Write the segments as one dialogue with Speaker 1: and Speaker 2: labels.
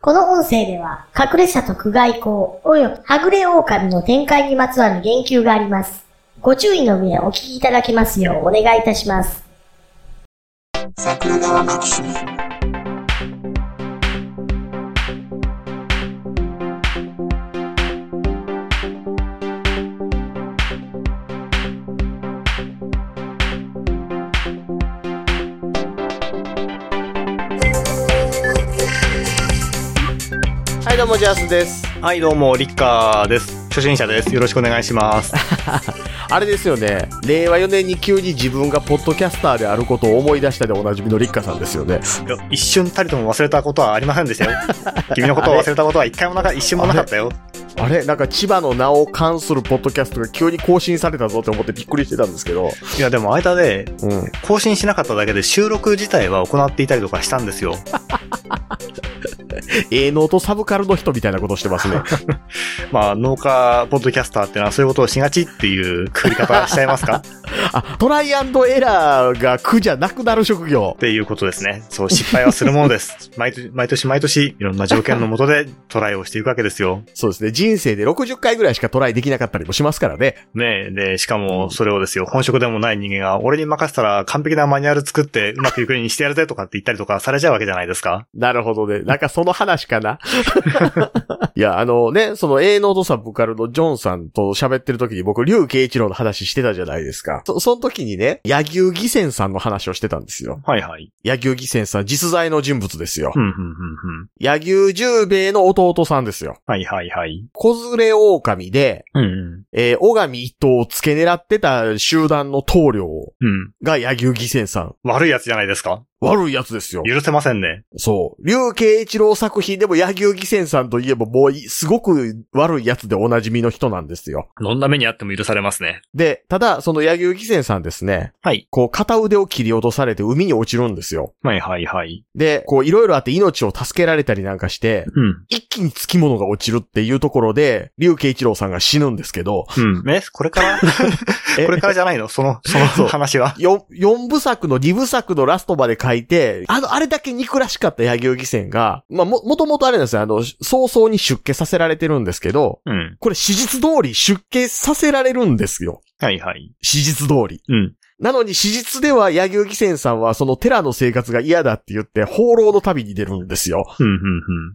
Speaker 1: この音声では、隠れ者と苦外行、およびはぐれ狼の展開にまつわる言及があります。ご注意の上、お聞きいただきますようお願いいたします。
Speaker 2: 桜川マキシム
Speaker 3: はいどうもジャスです
Speaker 4: はい、どうも、リッカーです。初心者です。よろしくお願いします。
Speaker 3: あれですよね令和4年に急に自分がポッドキャスターであることを思い出したでおなじみのリッカさんですよね
Speaker 4: いや一瞬たりとも忘れたことはありませんでしたよ。君のことを忘れたことは一回もなかった、一瞬もなかったよ。
Speaker 3: あれなんか千葉の名を関するポッドキャストが急に更新されたぞって思ってびっくりしてたんですけど
Speaker 4: いや、でも間で、
Speaker 3: うん
Speaker 4: 更新しなかっただけで収録自体は行っていたりとかしたんですよ。
Speaker 3: 営農とサブカルの人みたいなことしてます ね
Speaker 4: まあ、農家ポッドキャスターってのはそういうことをしがちっていうくくり方しちゃいますか
Speaker 3: あトライアンドエラーが苦じゃなくなる職業
Speaker 4: っていうことですね。そう、失敗はするものです。毎年、毎年毎年、いろんな条件のもとでトライをしていくわけですよ。
Speaker 3: そうですね人生で60回ぐらいしかトライできなかったりもしますからね
Speaker 4: ねえ、で、しかも、それをですよ、本職でもない人間が、俺に任せたら完璧なマニュアル作って、うまくいくようにしてやるぜとかって言ったりとかされちゃうわけじゃないですか。
Speaker 3: なるほどね。なんかその話かな。 いや、あのね、その営農とサブカルのジョンさんと喋ってる時に僕、竜慶一郎の話してたじゃないですか。そ、その時にね、野球義仙さんの話をしてたんですよ。
Speaker 4: はいはい。
Speaker 3: 野球義仙さん、実在の人物ですよ
Speaker 4: う。ん、うん、うん、うん。
Speaker 3: 野球十兵衛の弟さんですよ。
Speaker 4: はいはいはい。
Speaker 3: 子連れ狼で、
Speaker 4: うん、うん。
Speaker 3: えー、小神一頭を付け狙ってた集団の棟梁
Speaker 4: うん。
Speaker 3: が野球義仙さん。
Speaker 4: 悪いやつじゃないですか。
Speaker 3: 悪いやつですよ。
Speaker 4: 許せませんね。
Speaker 3: そう。竜慶一郎作品でも野球義仙さんといえばもういすごく悪いやつでおなじみの人なんですよ。
Speaker 4: どんな目にあっても許されますね。
Speaker 3: で、ただ、その野球義仙さんですね、
Speaker 4: はい。
Speaker 3: こう片腕を切り落とされて海に落ちるんですよ。
Speaker 4: はいはいはい。
Speaker 3: で、こういろいろあって命を助けられたりなんかして、
Speaker 4: うん。
Speaker 3: 一気に付き物が落ちるっていうところで、竜慶一郎さんが死ぬんですけど、
Speaker 4: うん。え、これから
Speaker 3: え
Speaker 4: これからじゃないのその、そ
Speaker 3: そう
Speaker 4: の話は。
Speaker 3: 4, 四部作の2部作のラストまで書いて、あの、あれだけ憎らしかった野球義仙が、まあ、も、もともとあれなんですよ、あの、早々に出家させられてるんですけど、
Speaker 4: うん。
Speaker 3: これ史実通り出家させられるんですよ。
Speaker 4: はいはい。
Speaker 3: 史実通り。
Speaker 4: うん。
Speaker 3: なのに史実では、柳生義仙さんはその寺の生活が嫌だって言って、放浪の旅に出るんですよ。
Speaker 4: うん、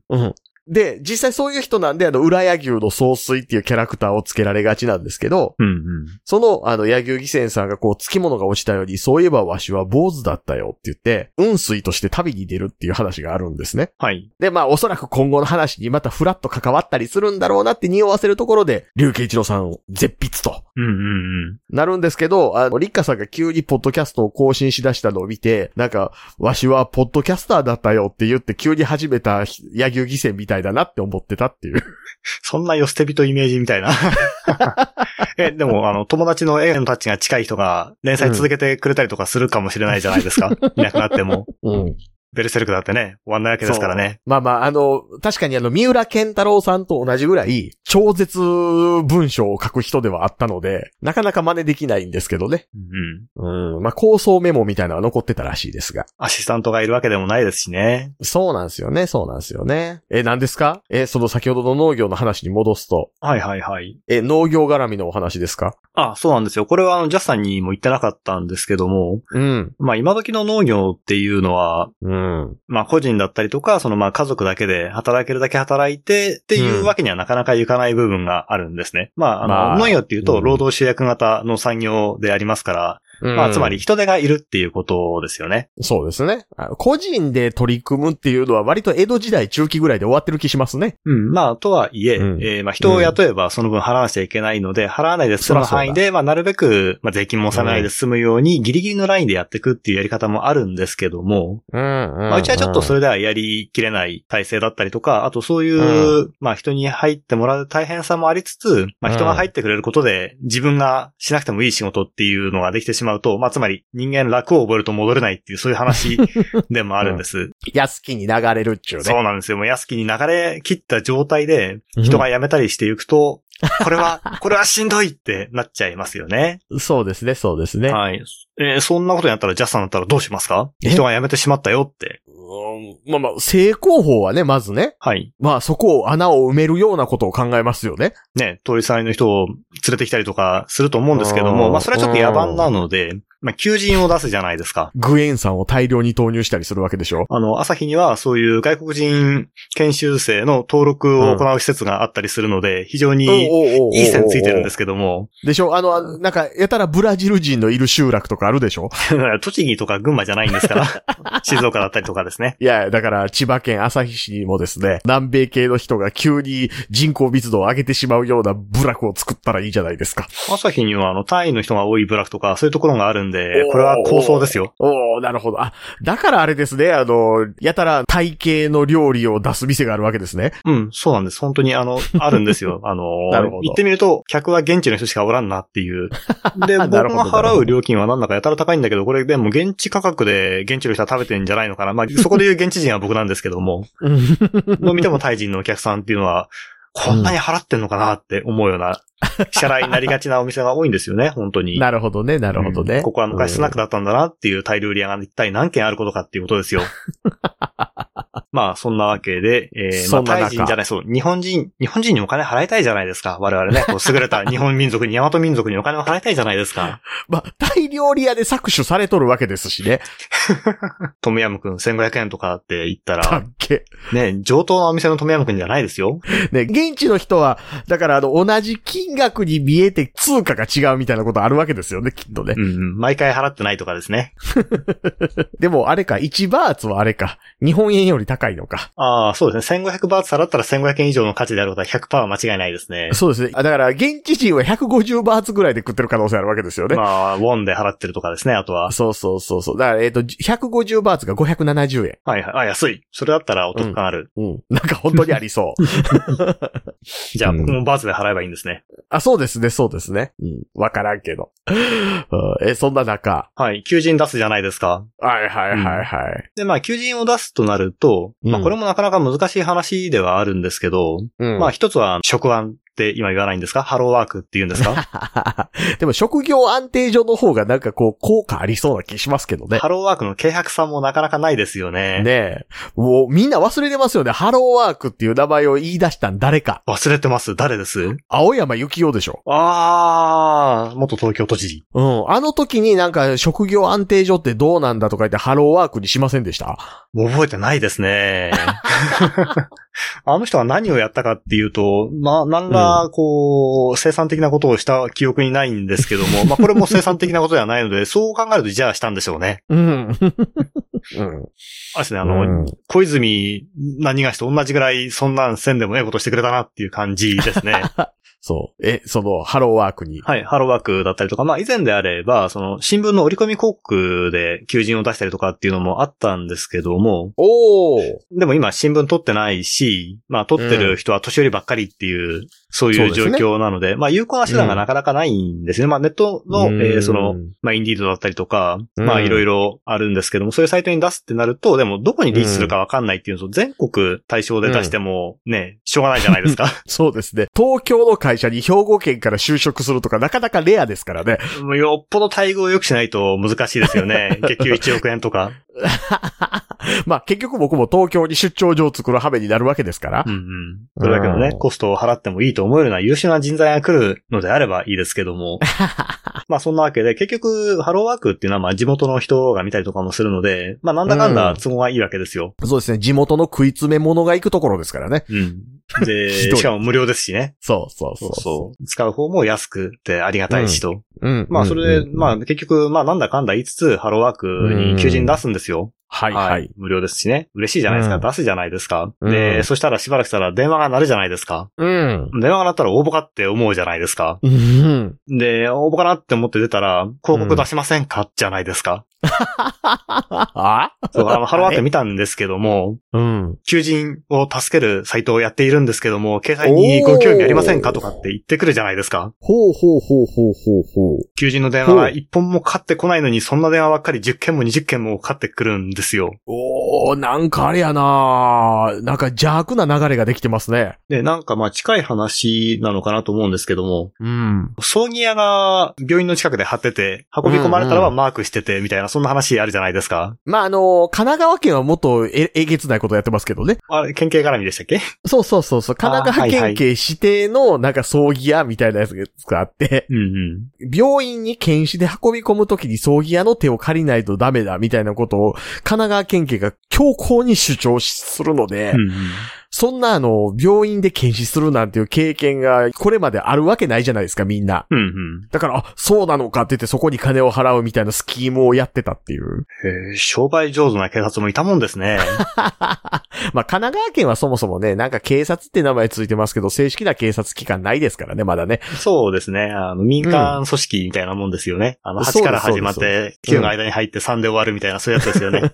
Speaker 4: うん、うん。
Speaker 3: うん。で、実際そういう人なんで、あの、裏柳生の総帥っていうキャラクターをつけられがちなんですけど、
Speaker 4: うん、うん。
Speaker 3: その、あの、柳生義仙さんがこう、つきものが落ちたように、そういえばわしは坊主だったよって言って、運水として旅に出るっていう話があるんですね。
Speaker 4: はい。
Speaker 3: で、まあ、おそらく今後の話にまたフラッと関わったりするんだろうなって匂わせるところで、竜慶一郎さんを絶筆と
Speaker 4: うん、うん、うん。
Speaker 3: なるんですけど、あの、リッカさんが急にポッドキャストを更新しだしたのを見て、なんか、わしはポッドキャスターだったよって言って急に始めた野球犠牲みたいだなって思ってたっていう。
Speaker 4: そんな寄捨て人イメージみたいな。 え、でも、あの、友達の絵のタッチが近い人が連載続けてくれたりとかするかもしれないじゃない ですか。いなくなっても。
Speaker 3: うん。
Speaker 4: ベルセルクだってね、終わんないわけですからね。
Speaker 3: まあまあ、あの、確かにあの、三浦健太郎さんと同じぐらい、超絶文章を書く人ではあったので、なかなか真似できないんですけどね。
Speaker 4: うん。
Speaker 3: うん。まあ、構想メモみたいなのは残ってたらしいですが。
Speaker 4: アシスタントがいるわけでもないですしね。
Speaker 3: そうなんですよね、そうなんですよね。え、何ですかえ、その先ほどの農業の話に戻すと、
Speaker 4: はいはいはい。
Speaker 3: え、農業絡みのお話ですか
Speaker 4: あ、そうなんですよ。これはあの、ジャスさんにも言ってなかったんですけども、
Speaker 3: うん。
Speaker 4: まあ今時の農業っていうのは、
Speaker 3: うん。
Speaker 4: まあ個人だったりとか、そのまあ家族だけで働けるだけ働いてっていうわけにはなかなかいかない部分があるんですね。まああの、
Speaker 3: まあ
Speaker 4: 農業っていう
Speaker 3: う
Speaker 4: と
Speaker 3: ん
Speaker 4: 労働集約型の産業でありますから、まあつまり。人手がいるっていうことですよね。
Speaker 3: そうですね。あ個人で取り組むっていうのは割と江戸時代中期ぐらいで終わってる気しますね。
Speaker 4: うん、まあとはいえ、
Speaker 3: うん
Speaker 4: えーまあ人を雇えばその分払わなきゃいけないので、払わないで済む範囲で、まあなるべく、まあ税金も納めないで済むようにギリギリのラインでやっていくっていうやり方もあるんですけども、
Speaker 3: うん、うん
Speaker 4: まあ、うちはちょっとそ
Speaker 3: れ。
Speaker 4: れではやりきれない体制だったりとか、あとそういう、まあ人に入ってもらう大変さもありつつ、まあ人が入ってくれることで自分がしなくてもいい仕事っていうのができてしまうと、まあつまり人間楽を覚えると戻れないっていうそうい う話でもあるんです。
Speaker 3: 安きに流れるっちゅうね。
Speaker 4: そうなんですよ。もう安きに流れ切った状態で人が辞めたりしていくと、これは、これはしんどいってなっちゃいますよね。
Speaker 3: そうですね、そうですね。
Speaker 4: はい。えーそんなことになったら、ジャスさんだったらどうしますか
Speaker 3: え
Speaker 4: 人が辞めてしまったよって。
Speaker 3: うんまあまあ、正攻法はね、まずね。
Speaker 4: はい。
Speaker 3: まあそこを穴を埋めるようなことを考えますよね。
Speaker 4: ね、通りすがりの人を連れてきたりとかすると思うんですけど
Speaker 3: う
Speaker 4: も、
Speaker 3: ん
Speaker 4: まあそれはちょっと野蛮なので、まあ求人を出すじゃないですか。
Speaker 3: グエン酸を大量に投入したりするわけでしょ。。
Speaker 4: あの、朝日にはそういう外国人研修生の登録を行う施設があったりするので、非常にいい線ついてるんですすけども、
Speaker 3: でしょあの、あなんか、やたらブラジル人のいる集落とかあるでしょ
Speaker 4: 栃木とか群馬じゃないんですから、静岡だったりとかですね。
Speaker 3: いや、だから、千葉県旭市にもですね、南米系の人が急に人口密度を上げてしまうような部落を作ったらいいじゃないですか。
Speaker 4: 朝日にはあの、単位の人が多い部落とか、そういうところがあるんで
Speaker 3: おー、
Speaker 4: これは構想ですよ。
Speaker 3: おー、なるほど。あ、だからあれですね、あの、やたらタイ系の料理を出す店があるわけですね。
Speaker 4: うん、そうなんです。本当に あの、あるんですよ。あの
Speaker 3: なるほど
Speaker 4: 行ってみると、客は現地の人しかおらんなっ ていう。で、僕
Speaker 3: なるほど
Speaker 4: が払う料金はなんだかやたら高いんだけど、これでも現地価格で現地の人は食べてんじゃないのかな。まあ、そこで言う現地人は僕なんですけども。 飲みてもタイ人のお客さんっていうのは、こんなに払ってんのかなって思うよ うな、支払いになりがちなお店が多いんですよね、本当に。
Speaker 3: なるほどね、なるほどね。
Speaker 4: うんここは昔スナック
Speaker 3: だ。
Speaker 4: だったんだなっていうタイ料理屋が一体何軒あることかっていうこ とですよ。まあ、そんなわけで、えー、ま
Speaker 3: そんな
Speaker 4: あ、
Speaker 3: 中
Speaker 4: タイ人じゃない、そう、日本人、日本人にお金払いたいじゃないですか。我々ね、こう優れた日本民族に、大和民族にお金を払いたいじゃないで すか。
Speaker 3: まあ、タイ料理屋で搾取されとるわけですしね。
Speaker 4: トムヤムくん1500円とかって言った
Speaker 3: だ
Speaker 4: ら、
Speaker 3: っけ。
Speaker 4: ね、上等なお店のトムヤムくんじゃないですよ。
Speaker 3: ね、現地の人は、だからあの、同じ金額に見えて通貨が違うみたいなことあるわけですよね、きっとね。
Speaker 4: うんうん、毎回払ってないとかですね。
Speaker 3: でもあれか、1バーツはあれか、日本円より高いのか。
Speaker 4: ああ、そうですね。1500バーツ払ったら1500円以上の価値であることは100%は間違いないですね。
Speaker 3: そうですね。あだから、現地人は150バーツぐらいで食ってる可能性あるわけですよね。
Speaker 4: まあ、ウォンで払ってるとかですね、あとは。
Speaker 3: そうそうそうそう。だから、えっ、と、150バーツが570円。
Speaker 4: はいはい。あ、安い。それだったらお得感ある。
Speaker 3: うん。なんか本当にありそう。
Speaker 4: じゃあ、
Speaker 3: うん
Speaker 4: 僕もバーツで払えばいいんですね。
Speaker 3: あ、そうですね、そうですね。うん。わからんけど。 うんえ、そんな中。
Speaker 4: はい。求人出すじゃないですか。
Speaker 3: はいはいはいはい。
Speaker 4: で、まあ、求人を出すとなると、ま
Speaker 3: う
Speaker 4: あ、
Speaker 3: ん
Speaker 4: これもなかなか難しい話ではあるんですけど、
Speaker 3: うん。
Speaker 4: まあ、一つは、職案って今言わないんですかハローワークって言うんです か
Speaker 3: でも職業安定所の方がなんかこう効果ありそうな気しますけどね。
Speaker 4: ハローワークの軽薄さもなかなかないですよ
Speaker 3: ね
Speaker 4: ね。
Speaker 3: え。もうみんな忘れてますよね。ハローワークっていう名前を言い出したん誰か。
Speaker 4: 忘れてます。誰です
Speaker 3: 青山幸雄でしょ。
Speaker 4: あー、元東京都知事。
Speaker 3: うん。あの時になんか職業安定所ってどうなんだとか言ってハローワークにしませんでした
Speaker 4: もう覚えてないですね。あの人は何をやったかっていうと、まあ、なんら、こう、生産的なことをした記憶にないんですけども、まあ、これも生産的なことではないので、 そう考えると、じゃあしたんでしょうね。
Speaker 3: うん。うん。
Speaker 4: あれですね、
Speaker 3: あ
Speaker 4: あの、、小泉何がしと同じぐらい、そんなんせんでもええことしてくれたなっていう感じですね。
Speaker 3: そう。え、その、ハローワークに。
Speaker 4: はい、ハローワークだったりとか、まあ以前であれば、その新聞の折り込み広告で求人を出したりとかっていうのもあったんですけども、
Speaker 3: おー。
Speaker 4: でも今新聞撮ってないし、まあ撮ってる人は年寄りばっかりっていう、そういう
Speaker 3: そ
Speaker 4: 状
Speaker 3: うです
Speaker 4: 況なので、まあ有効な手段がなかなかないんですね。まあネットの、えーその、、まあインディードだったりとか、
Speaker 3: うん
Speaker 4: まあいろいろあるんですけども、そういうサイトに出すってなると、でもどこにリーチするかわかんないっていうのと、全国対象で出してもね、しょうがないじゃないですか。
Speaker 3: そうですね。東京の会社に兵庫県から就職するとかなかなかレアですから ね。
Speaker 4: もうよっぽど待遇を良くしないと難しいですよね。月給1億円とか。
Speaker 3: まあ結局僕も東京に出張所を作る羽目になるわけですから
Speaker 4: うん。うん。それだけのね
Speaker 3: う、ん
Speaker 4: コストを払ってもいいと思えるような優秀な人材が来るのであればいいですけど も。まあそんなわけで、結局、ハローワークっていうのはまあ地元の人が見たりとかもするので、まあなんだかんだ都合がいいわけですよ。
Speaker 3: そうですね。地元の食い詰め者が行くところですからね。
Speaker 4: うん。
Speaker 3: ひ
Speaker 4: で、
Speaker 3: どい
Speaker 4: しかも無料ですしね。
Speaker 3: そうそうそう
Speaker 4: う。使う方も安くてありがたいしと。
Speaker 3: う。うん。
Speaker 4: まあそれで、まあ
Speaker 3: あ、
Speaker 4: 結局、まあなんだかんだ言いつつ、ハローワークに求人出すんですよ。
Speaker 3: はいはい。
Speaker 4: 無料ですしね。嬉しいじゃないですか。
Speaker 3: うん
Speaker 4: 出すじゃないですか。
Speaker 3: う
Speaker 4: で、
Speaker 3: ん
Speaker 4: そしたらしばらくしたら電話が鳴るじゃないですか。
Speaker 3: うん。
Speaker 4: 電話が鳴ったら応募かって思うじゃないですか。
Speaker 3: うん。
Speaker 4: で、応募かなって思って出たら、広告出しませんか、じゃないですか。
Speaker 3: あ
Speaker 4: そ う、あの、ハローワーク見たんですけども、
Speaker 3: うん。
Speaker 4: 求人を助けるサイトをやっているんですけども、掲載にご興味ありませんかとかって言ってくるじゃないですか。
Speaker 3: ほうほうほうほうほうほう。
Speaker 4: 求人の電話が一本もかかってこないのに、そんな電話ばっかり10件も20件もかかってくるんですよ。
Speaker 3: おー、なんかあれやなーなんか邪悪な流れができてますね。
Speaker 4: で、なんかまあ近い話なのかなと思うんですけども、
Speaker 3: うん。
Speaker 4: 葬儀屋が病院の近くで貼ってて、運び込まれたら
Speaker 3: うん
Speaker 4: は
Speaker 3: う
Speaker 4: マークしてて、みたいな、そんな話あるじゃないですか。
Speaker 3: まあ、あのー神奈川県はもっとええげつないことやってますけどね。
Speaker 4: あれ、県警絡みでしたっけ
Speaker 3: そうそうそうそう。神奈川県警指定のなんか葬儀屋みたいなやつがあって、
Speaker 4: うんうん。
Speaker 3: 病院に検視で運び込むときに葬儀屋の手を借りないとダメだみたいなことを神奈川県警が強硬に主張しするので、
Speaker 4: うんうん
Speaker 3: そんなあの、病院で検視するなんていう経験がこれまであるわけないじゃないですか、みんな。
Speaker 4: うんうん。
Speaker 3: だから、あ、そうなのかって言ってそこに金を払うみたいなスキームをやってたっていう。
Speaker 4: へえ、商売上手な警察もいたもんですね。
Speaker 3: まあ、神奈川県はそもそもね、なんか警察って名前ついてますけど、正式な警察機関ないですからね、まだね。
Speaker 4: そうですね。あの、民間組織みたいなもんですよね。あの、
Speaker 3: そうです
Speaker 4: 8から始まっ
Speaker 3: そう
Speaker 4: て、
Speaker 3: す
Speaker 4: 9の間に入って3で終わるみたいな、そういうやつです よね。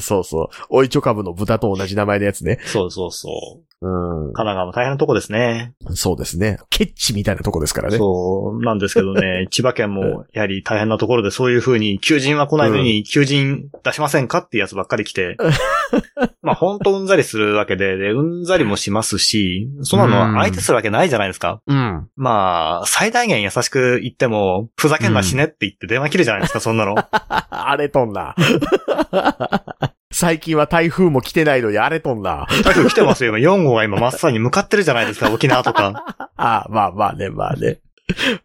Speaker 3: そうそう。おいちょ株の豚と同じ名前のやつね。
Speaker 4: そうそうそう。
Speaker 3: う
Speaker 4: 神奈川も大変なとこですね。
Speaker 3: ん。そうですね。ケッチみたいなとこですからね。
Speaker 4: そう、なんですけどね、千葉県もやはり大変なところで、そういうふうに、求人は来ないのに、求人出しませんかっていうやつばっかり来て、まあ本当うんざりするわけで、で、うんざりもしますし、そんなのは相手するわけないじゃないですか。
Speaker 3: うん。
Speaker 4: まあ、最大限優しく言っても、ふざけんな死ねって言って電話切るじゃないですか、そんなの。
Speaker 3: 荒れとんな。 最近は台風も来てないのに荒れとんな。
Speaker 4: 台風来てますよ、今。4号が今真っさに向かってるじゃないですか、沖縄とか。
Speaker 3: あまあまあね、まあね。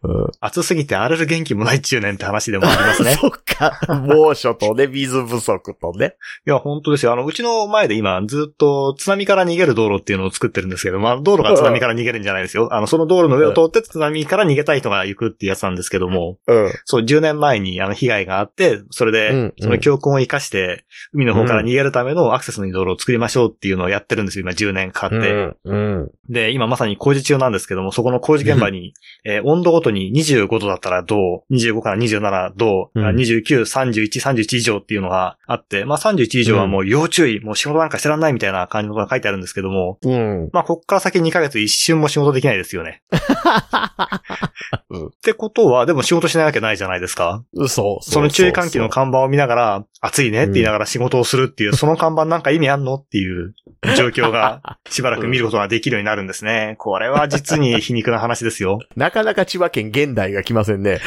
Speaker 3: うん
Speaker 4: 暑すぎて荒れる元気もない中年って話でもありますね。
Speaker 3: そっか。猛暑とね、水不足とね。
Speaker 4: いや、本当ですよ。あの、うちの前で今、ずっと津波から逃げる道路っていうのを作ってるんですけど、まあ、道路が津波から逃げるんじゃないですよ。あの、その道路の上を通って津波から逃げたい人が行くっていうやつなんですけども、
Speaker 3: うん。
Speaker 4: そう、10年前にあの、被害があって、それ
Speaker 3: うんうん、
Speaker 4: でその教訓を生かして、海の方から逃げるためのアクセスのいい道路を作りましょうっていうのをやってるんですよ、今10年かかって。
Speaker 3: うん。
Speaker 4: で、今まさに工事中なんですけども、そこの工事現場に、えー温度ごとに25度だったらどう、25から27どう、
Speaker 3: うん
Speaker 4: 29、31、31以上っていうのがあって、まあ31以上はもう要注意、もう仕事なんかしてらんないみたいな感じのことが書いてあるんですけども、
Speaker 3: うん。
Speaker 4: まあこっから先2ヶ月一瞬も仕事できないです よね。
Speaker 3: うん
Speaker 4: ってことは、でも仕事しないわけないじゃないですか。
Speaker 3: そうそう。
Speaker 4: その注意喚起の看板を見ながら、暑いねって言いながら仕事をするって いう、その看板なんか意味あんのっていう状況 が、しばらく見ることができるようになるんですね。これは実に皮肉な話ですよ。
Speaker 3: なかなか千葉県現代が来ませんね。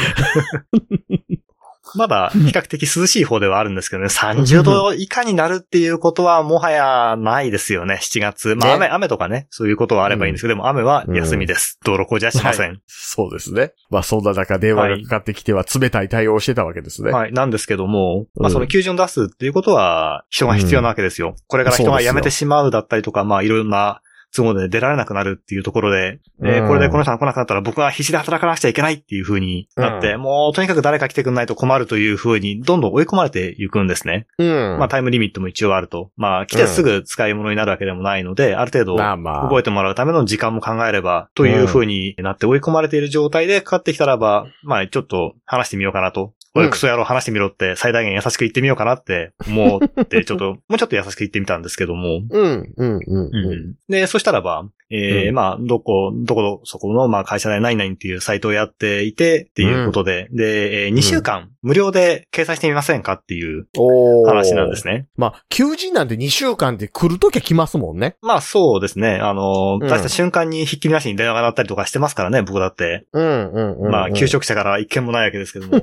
Speaker 4: まだ比較的涼しい方ではあるんですけどね、30度以下になるっていうことはもはやないですよね、7月。まあ
Speaker 3: ね
Speaker 4: 雨、雨とかね、そういうことはあればいいんですけど、でも雨は休みです。道路工事はしません。
Speaker 3: そうですね。まあそんな中電話がかかってきては冷たい対応をしてたわけですね。
Speaker 4: はい。なんですけども、
Speaker 3: う
Speaker 4: まあ
Speaker 3: ん
Speaker 4: その求人を出すっていうことは人が必要なわけですよ。これから人が辞めてしまうだったりとか、まあいろんな都合で出られなくなるっていうところで、えー
Speaker 3: うん
Speaker 4: これでこの人が来なくなったら僕が必死で働かなくちゃいけないっていう風になって、もうとにかく誰か来てくんないと困るという風にどんどん追い込まれていくんですね。
Speaker 3: うん。
Speaker 4: まあタイムリミットも一応あると。まあ来てすぐ使い物になるわけでもないので、ある程度
Speaker 3: まあまあ。
Speaker 4: 覚えてもらうための時間も考えれば、という風になって追い込まれている状態でかかってきたらば、まあちょっと話してみようかな
Speaker 3: う
Speaker 4: と。
Speaker 3: ん
Speaker 4: 俺クソ野郎話してみろって最大限優しく言ってみようかなって思 って、ちょっと、もうちょっと優しく言ってみたんですけども。
Speaker 3: うん、うん、うん、うん。
Speaker 4: で、そしたらば、えー
Speaker 3: うん
Speaker 4: まあ、どこ、どこ、そこの、まあ、会社で何々っていうサイトをやっていて、っていうことで、で、え2週間、無料で掲載してみませんかっていう
Speaker 3: おー
Speaker 4: 話なんですね。
Speaker 3: まあ、求人なんて2週間で来るときは来ますもんね。
Speaker 4: まあそうですね。あの、
Speaker 3: うん
Speaker 4: 出した瞬間にひっきりなしに電話が鳴ったりとかしてますからね、僕だって。
Speaker 3: うん、うん、うん。
Speaker 4: まあ、求職者から一件もないわけです けども。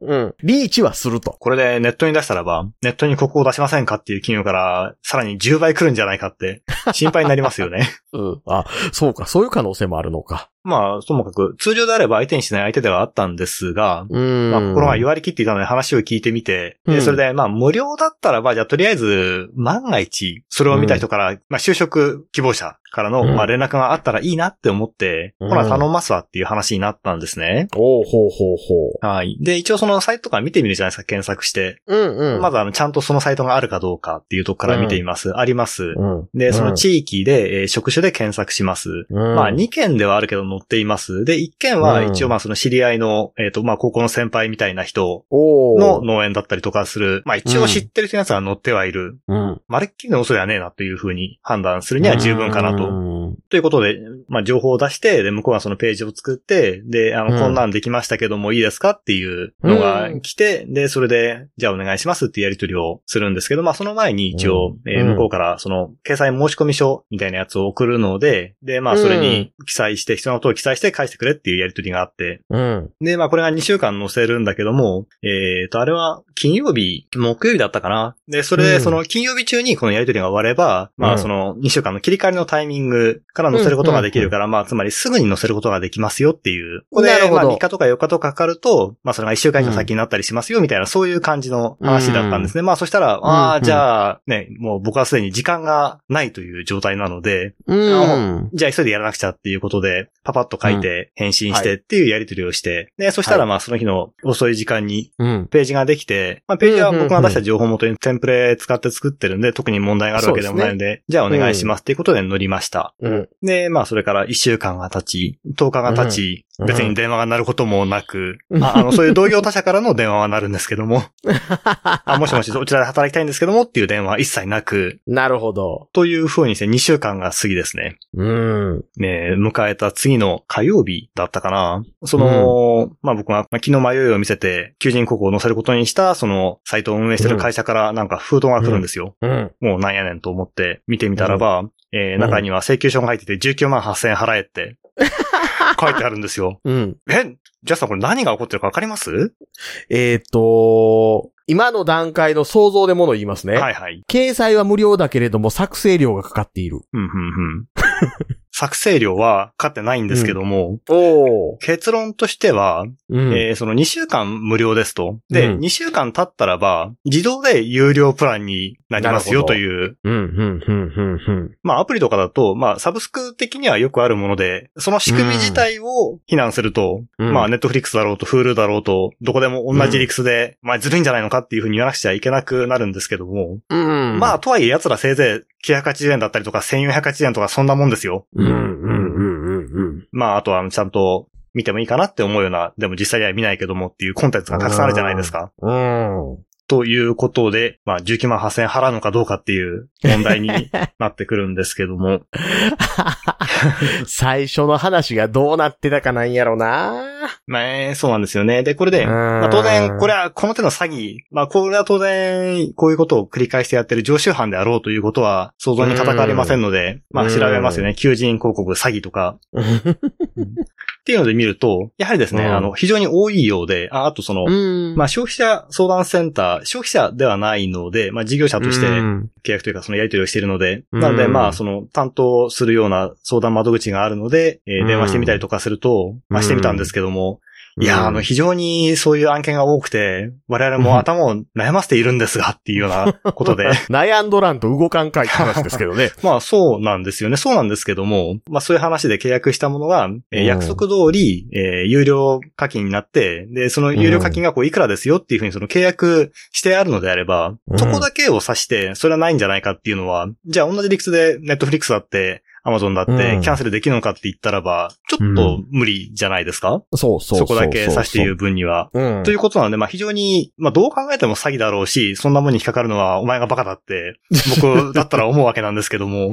Speaker 3: うん。リーチはすると。
Speaker 4: これでネットに出したらば、ネットにここを出しませんかっていう企業から、さらに10倍来るんじゃないかって、心配になりますよね。
Speaker 3: うん。あ、そうか、そういう可能性もあるのか。
Speaker 4: まあ、ともかく、通常であれば相手にしない相手ではあったんですが、
Speaker 3: うん
Speaker 4: まあ、心が言われきっていたので話を聞いてみて、
Speaker 3: う
Speaker 4: で、
Speaker 3: ん
Speaker 4: それで、まあ、無料だったらば、じゃあ、とりあえず、万が一、それを見た人から、まあ、就職希望者からの、
Speaker 3: うん
Speaker 4: まあ、連絡があったらいいなって思って、
Speaker 3: う
Speaker 4: ほ
Speaker 3: ん
Speaker 4: ら、頼ますわっていう話になったんですね。
Speaker 3: おうほうほうほ
Speaker 4: はい。で、一応そのサイトとか見てみるじゃないですか、検索して。
Speaker 3: う。うん
Speaker 4: まず、あの、ちゃんとそのサイトがあるかどうかっていうとこから見てみます。あります。
Speaker 3: うん。
Speaker 4: で、その地域で、えー職種で検索します。
Speaker 3: うん、
Speaker 4: まあ、2件ではあるけど、載っています。で、一件は
Speaker 3: うん
Speaker 4: 一応まあその知り合いの、えっ、とまあ高校の先輩みたいな人
Speaker 3: おー
Speaker 4: の農園だったりとかする、まあ一応知ってる人のやつは載ってはいる。
Speaker 3: うん。
Speaker 4: まるっきりの嘘ではねえなというふうに判断するには十分かな
Speaker 3: う
Speaker 4: と。
Speaker 3: ん
Speaker 4: ということで、まあ情報を出して、で、向こうはそのページを作って、で、あの、
Speaker 3: うん
Speaker 4: こんなんできましたけどもいいですかっていうのが来て、で、それで、じゃあお願いしますっていうやり取りをするんですけど、まあその前に一応、
Speaker 3: うん
Speaker 4: えー
Speaker 3: うん
Speaker 4: 向こうからその、掲載申込書みたいなやつを送るので、で、まあそれに記載して、人のことを記載して返してくれっていうやり取りがあって、
Speaker 3: うん。
Speaker 4: で、まあこれが2週間載せるんだけども、えっ、と、あれは金曜日、木曜日だったかな。で、それ
Speaker 3: う
Speaker 4: で
Speaker 3: ん
Speaker 4: その金曜日中にこのやり取りが終われば、ま
Speaker 3: う
Speaker 4: あ
Speaker 3: ん
Speaker 4: その2週間の切り替えのタイミングから載せることができるから、まあつまりすぐに載せることができますよっていう。ここ
Speaker 3: なる
Speaker 4: で、
Speaker 3: ほど
Speaker 4: まあ3日とか4日とかかかると、まあそれが1週間以上先になったりしますよみたいな、そういう感じの話だったんですね。まあそしたら、あ
Speaker 3: う
Speaker 4: あ、
Speaker 3: ん
Speaker 4: じゃあね、もう僕はすでに時間がないという状態なので、
Speaker 3: うん。
Speaker 4: じゃあ急いでやらなくちゃっていうことで、パパッと書いて、返信してっていうやり取りをして、で、そした
Speaker 3: は
Speaker 4: らまあその日の遅い時間に
Speaker 3: うん。
Speaker 4: ページができて、まあページは
Speaker 3: うんうんうん
Speaker 4: 僕が出した情報元にテンプレ使って作ってるんで、特に問題があるわけでもないんで、じゃあお願いしますっていうことで乗りました。
Speaker 3: うん。
Speaker 4: で、まあそれから1週間が経ち、10日が経ち、
Speaker 3: うん
Speaker 4: 別に電話が鳴ることもなく、
Speaker 3: うん
Speaker 4: ああの、そういう同業他社からの電話は鳴るんですけども、あもしもし、そちらで働きたいんですけどもっていう電話は一切なく、
Speaker 3: なるほど。
Speaker 4: という風にして2週間が過ぎですね。
Speaker 3: うん。
Speaker 4: ね、迎えた次の火曜日だったかな。その、まあ僕がまあ昨日迷いを見せて、求人広告を載せることにした、その、サイトを運営してる会社からなんか封筒が来るんですよ。
Speaker 3: うん。
Speaker 4: もうなんやねんと思って見てみたらば、えー中には請求書が入ってて19万8000円払えって書いてあるんですよ。
Speaker 3: うん。
Speaker 4: え、ジャスさんこれ何が起こってるかわかります
Speaker 3: えっと、今の段階の想像でものを言いますね。
Speaker 4: はいはい。
Speaker 3: 掲載は無料だけれども作成料がかかっている。
Speaker 4: うん、うん、うん。作成料はかってないんですけども、
Speaker 3: おお。
Speaker 4: 結論としては、
Speaker 3: うん。
Speaker 4: えーその2週間無料ですと。で、
Speaker 3: うん
Speaker 4: 2週間経ったらば、自動で有料プランになります
Speaker 3: なる
Speaker 4: よ
Speaker 3: ほど
Speaker 4: という。
Speaker 3: うん、うん、うん、うん、
Speaker 4: まあ、アプリとかだと、まあ、サブスク的にはよくあるもので、その仕組み自体を非難すると、
Speaker 3: うん
Speaker 4: まあ、ネットフリックスだろうと、フールだろうと、どこでも同じ理屈で、まあ、ずるいんじゃないのかっていうふうに言わなくちゃいけなくなるんですけども、
Speaker 3: うん。
Speaker 4: まあ、、とはいえ奴らせいぜい980円だったりとか、1480円とか、そんなもんですよ。
Speaker 3: うん、うん、うん、うん、うん。
Speaker 4: まあ、あとは、ちゃんと、見てもいいかなって思うような、でも実際には見ないけどもっていうコンテンツがたくさんあるじゃないですか。
Speaker 3: うん。
Speaker 4: ということで、まあ、19万8000円払うのかどうかっていう問題に なってくるんですけども。
Speaker 3: 最初の話がどうなってたかなんやろな。
Speaker 4: まあ、えーそうなんですよね。で、これで、
Speaker 3: うん
Speaker 4: まあ、当然、これは、この手の詐欺、まあ、これは当然、こういうことを繰り返してやってる常習犯であろうということは、想像に固かりませんので、まあ、調べますよね。求人広告、詐欺 とか。っていうので見ると、やはりですね、
Speaker 3: うん
Speaker 4: あの、非常に多いようで、ああとその、
Speaker 3: ん
Speaker 4: まあ、消費者相談センター、消費者ではないので、まあ、事業者として、
Speaker 3: うん
Speaker 4: 契約というかそのやり取りをしているので、
Speaker 3: うん
Speaker 4: なのでまあその担当するような相談窓口があるので、
Speaker 3: う
Speaker 4: え
Speaker 3: ん
Speaker 4: ー電話してみたりとかすると、まあしてみたんですけども、いやー、あの、非常にそういう案件が多くて、我々も頭を悩ませているんですがっていうようなこと で、
Speaker 3: 悩んどらんと動かんかいって話ですけどね。
Speaker 4: まあそうなんですよね。そうなんですけども、まあそういう話で契約したものが、えー
Speaker 3: うん
Speaker 4: 約束通り、えー有料課金になって、で、その有料課金がこういくらですよっていうふうにその契約してあるのであれば、
Speaker 3: うん
Speaker 4: そこだけを指して、それはないんじゃないかっていうのは、じゃあ同じ理屈でネットフリックスだって、アマゾンだって
Speaker 3: うん
Speaker 4: キャンセルできるのかって言ったらば、ちょっと無理じゃないですか、
Speaker 3: そうそう
Speaker 4: そこだけ指して言う。分には。
Speaker 3: うん
Speaker 4: とい。うことなので、まあ非常に、まあどう考えても詐欺だろうし、そんなもんに引っかかるのはお前がバカだって、僕だったら思うわけなんですけ ども。